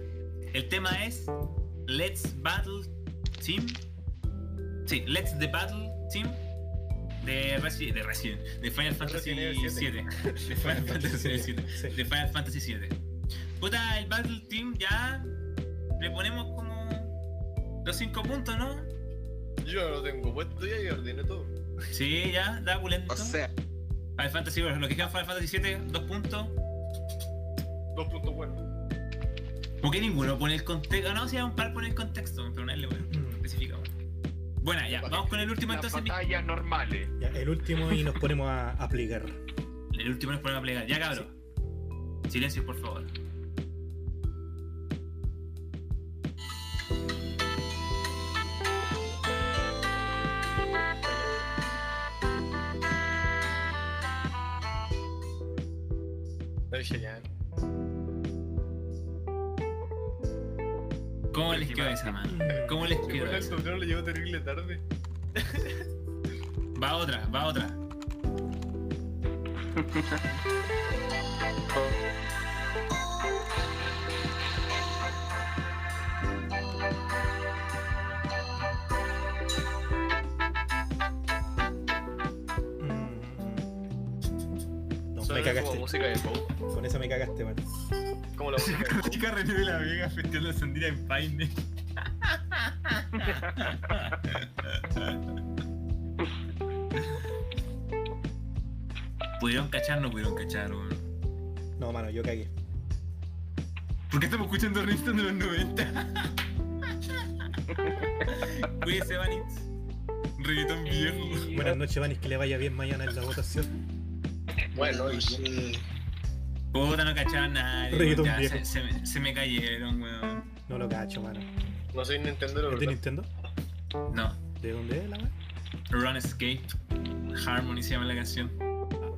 D: el tema es Let's Battle Team. Sí, Let's the Battle Team de Resi- de Resident, de Final Fantasy
F: Resident Evil
D: 7. De Final Fantasy 7.
B: Sí.
D: De Final Fantasy 7. Puta, el Battle Team ya le ponemos como los 5 puntos, ¿no?
F: Yo no lo tengo puesto ya y ordené todo.
D: Sí, ya, da pulento.
G: O sea,
D: Final Fantasy, bueno, lo que queda en Final Fantasy 7, 2 puntos.
F: Dos puntos buenos.
D: Porque ninguno pone el contexto. No, si hay un par pone el contexto, pero una L, bueno,
B: Mm,
D: especifica. bueno. Bueno, ya, vamos con el último
E: Las
D: entonces. mi-
E: batallas normales.
B: Ya, el último y nos ponemos a aplicar.
D: El último nos ponemos a plegar. Ya, cabrón. Silencio, por favor.
F: La dije ya.
D: ¿Cómo les quedó esa mano?
B: Mm.
D: ¿Cómo les
F: Después
D: quedó
F: el
D: esa?
F: sobrino le llegó terrible tarde.
D: Va otra, va otra.
B: Mm. No,
F: Suena
B: cagaste.
F: como música de Pou.
B: Con esa me cagaste, man.
F: Como la música de Pou.
D: Chica René de la Vega festeando sandía en Paine. ¿Pudieron cachar? No pudieron cachar, weón.
B: No, mano, yo cagué.
D: ¿Por qué estamos escuchando Rinston de los 90? Cuídese, Vanitz. Reggaetón viejo.
B: Buenas noches, Vanis, que le vaya bien mañana en la votación.
F: Bueno, y
C: Sí.
D: Puta, no cachaban nada.
B: Reggaetón
D: ya,
B: viejo.
D: Se, se me, se me cayeron, weón.
B: No lo cacho, mano.
F: no soy Nintendo,
B: ¿Es de
F: ¿verdad?
B: Nintendo?
D: No.
B: ¿De dónde es la weá?
D: Run Escape. Harmony se llama la canción.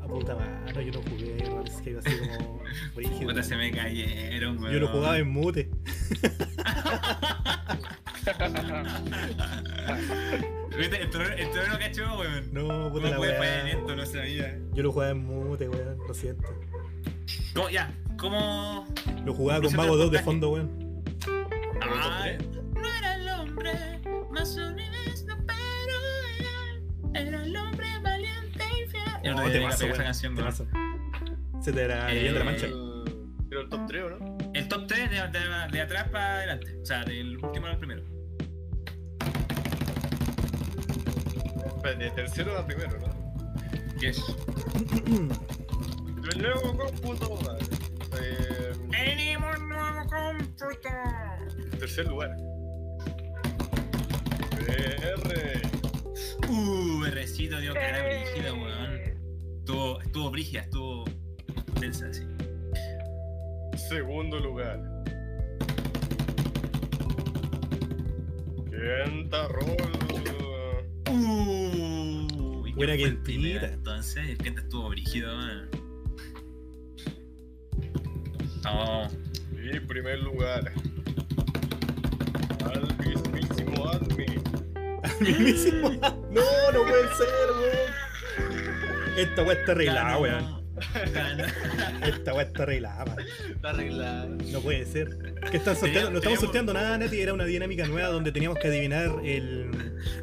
B: Ah, puta mano, yo no jugué Runescape así como brígido.
D: Puta, se me cayeron, weón.
B: Yo lo jugaba en mute.
D: Viste, el toro, el toro no cachó, weón.
B: No, puta
D: ¿Cómo
B: la
D: puede fallar en
B: weá.
D: esto? No sabía.
B: Yo lo jugaba en mute, weón, lo siento.
D: ¿Cómo, ya, ¿cómo...?
B: Lo jugaba con
D: Incluso
B: Mago 2
D: en el
B: de
D: puntaje.
B: fondo, weón.
D: Ah,
F: Reggaetón
D: no era el hombre más honesto, pero era, era el hombre valiente y fiel. El
B: No,
D: rey
B: temazo,
D: de la pega esta
B: weón,
D: canción, weón.
B: temazo. Se te la
D: Eh,
B: leyenda de la mancha.
F: Eh, Pero el top 3, ¿o ¿no?
D: El top 3 de, de- de atrás para adelante. O sea, del último al primero.
F: Espérate, Pues, De tercero a primero, ¿no?
D: Yes.
F: Luego con puto madre. Eh,
D: ¡Venimos nuevo cómputo!
F: tercer lugar. R.
D: Uh, berrecito dio cara brígida, weón. Estuvo, estuvo brígida, estuvo tensa, sí.
F: Segundo lugar. Quinta rola.
D: Uh, ¿y
B: Buena
D: quién fue el primero,
B: quentita.
D: Entonces, el Kenta estuvo brígido, weón. No,
F: Y primer lugar. Al mismísimo Admin.
B: Al mismísimo. No, no puede ser, weón. Esta weá está arreglada,
D: ganó,
B: weón.
D: ganó.
B: Esta weá está arreglada, man.
C: Está arreglada.
B: No puede ser. ¿Qué están sorteando? No estamos
D: Teníamos-
B: sorteando nada, Nati. Era una dinámica nueva donde teníamos que adivinar el.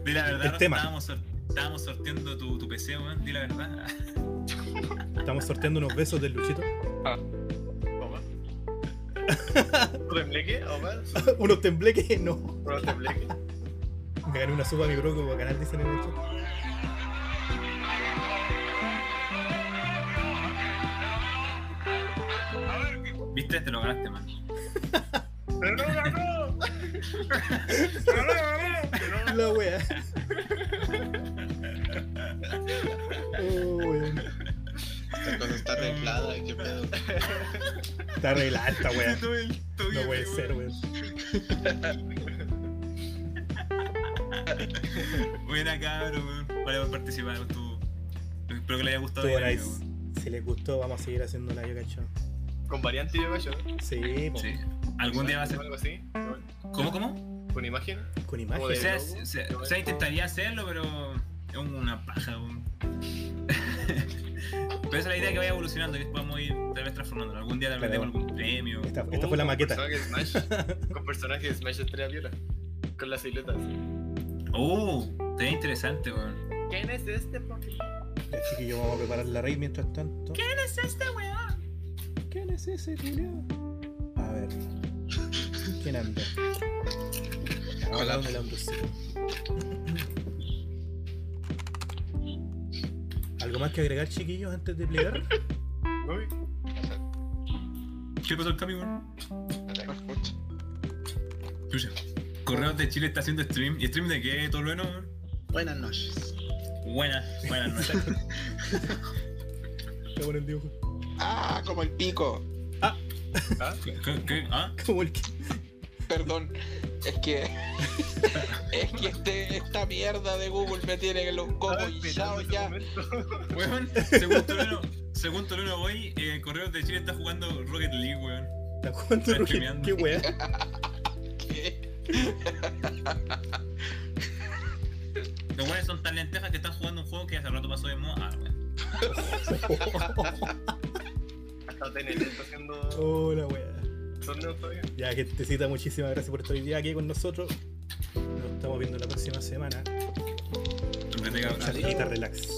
D: Di la verdad,
B: El
D: Rosa,
B: tema.
D: Estábamos, sor- estábamos sorteando tu, tu PC, weón. Di la verdad.
B: Estamos sorteando unos besos del Luchito.
F: Omar. ¿Tembleque? Omar.
B: unos tembleques, no.
F: ¿Prueba tembleque?
B: Me gané una sopa a mi broco para ganar, dicen en el chat.
D: Viste, te lo ganaste, man.
F: ¡Pero no ganó! ¡Pero no ganó! ¡Pero no
B: La wea. Oh, weón.
C: Esta cosa está arreglada. Qué pedo.
B: Está arreglada esta wea.
D: Todo el- todo
B: No
D: el-
B: puede ser, weón.
D: Buena, cabrón, weón. Vale, por participar. Estuvo- Espero que le haya gustado.
B: Estuvo
D: el video,
B: nice. Si les gustó, vamos a seguir haciéndola, yo cacho.
F: Con variante de gallo, ¿no?
B: Sí,
D: weón.
B: po.
D: Sí. Algún día va a ser.
F: Algo así. ¿no?
D: ¿Cómo, cómo?
F: Con imagen.
B: con
D: O
B: imágenes.
D: sea,
F: logo,
D: se- Pues se-
F: qué
D: o
F: bueno.
D: sea, intentaría hacerlo, pero es una paja, weón. Pero esa es la idea que vaya evolucionando, que podamos ir tal vez transformándolo. Algún día tal vez
B: Claro.
D: demos algún premio.
B: Esta, esta fue la
F: Uh,
B: maqueta.
F: Con personaje de Smash. con personaje de Smash estrella viola. Con las siluetas.
D: Oh, sería interesante, weón.
F: ¿Quién es este, papi?
B: Así que yo vamos a preparar la raid mientras tanto. ¿Quién es este weón? ¿Quién es ese culiao? A ver. ¿Quién anda?
C: Hola.
B: Hola, ¿Algo más que agregar, chiquillos, antes de plegar?
F: Uy,
D: ¿Qué pasó el cambio, weón?
G: No escucho.
D: Chucha. Correos de Chile está haciendo stream. ¿Y stream de qué, todo bueno, weón?
C: Buenas noches.
D: Buena, buena noche.
B: Voy a poner el dibujo.
G: Ah, como el pico.
D: ¿Qué, qué? ¿Ah?
B: Como el que.
G: Perdón. Es que. es que este, esta mierda de Google me tiene en los
F: estaba
G: cocos y
F: esperando
G: chao
F: ese
G: ya.
F: este momento.
D: Weón, según Tolueno, según Tolueno hoy, eh, Correos de Chile está jugando Rocket League, weón.
B: ¿Está jugando
D: Está
B: Rocket?
D: streameando.
B: ¿Qué weá?
G: ¿Qué?
D: Los weones son tan lentejas que están jugando un juego que hace rato pasó de moda. Ah, weón.
F: Hasta TNT está haciendo
B: Hola, weá.
F: torneos todavía.
B: Ya, gentecita, muchísimas gracias por estar hoy día aquí con nosotros. Nos estamos viendo la próxima semana.
D: Entrete, cabrón.
B: Charlita relax.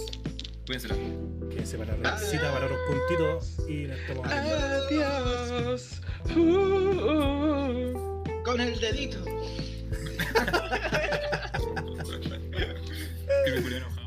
D: Cuídensela.
B: Quédense para la recita, para los puntitos y nos estamos viendo.
F: Adiós. Uh, uh, uh.
C: Con el dedito.
D: Que me culié enojado.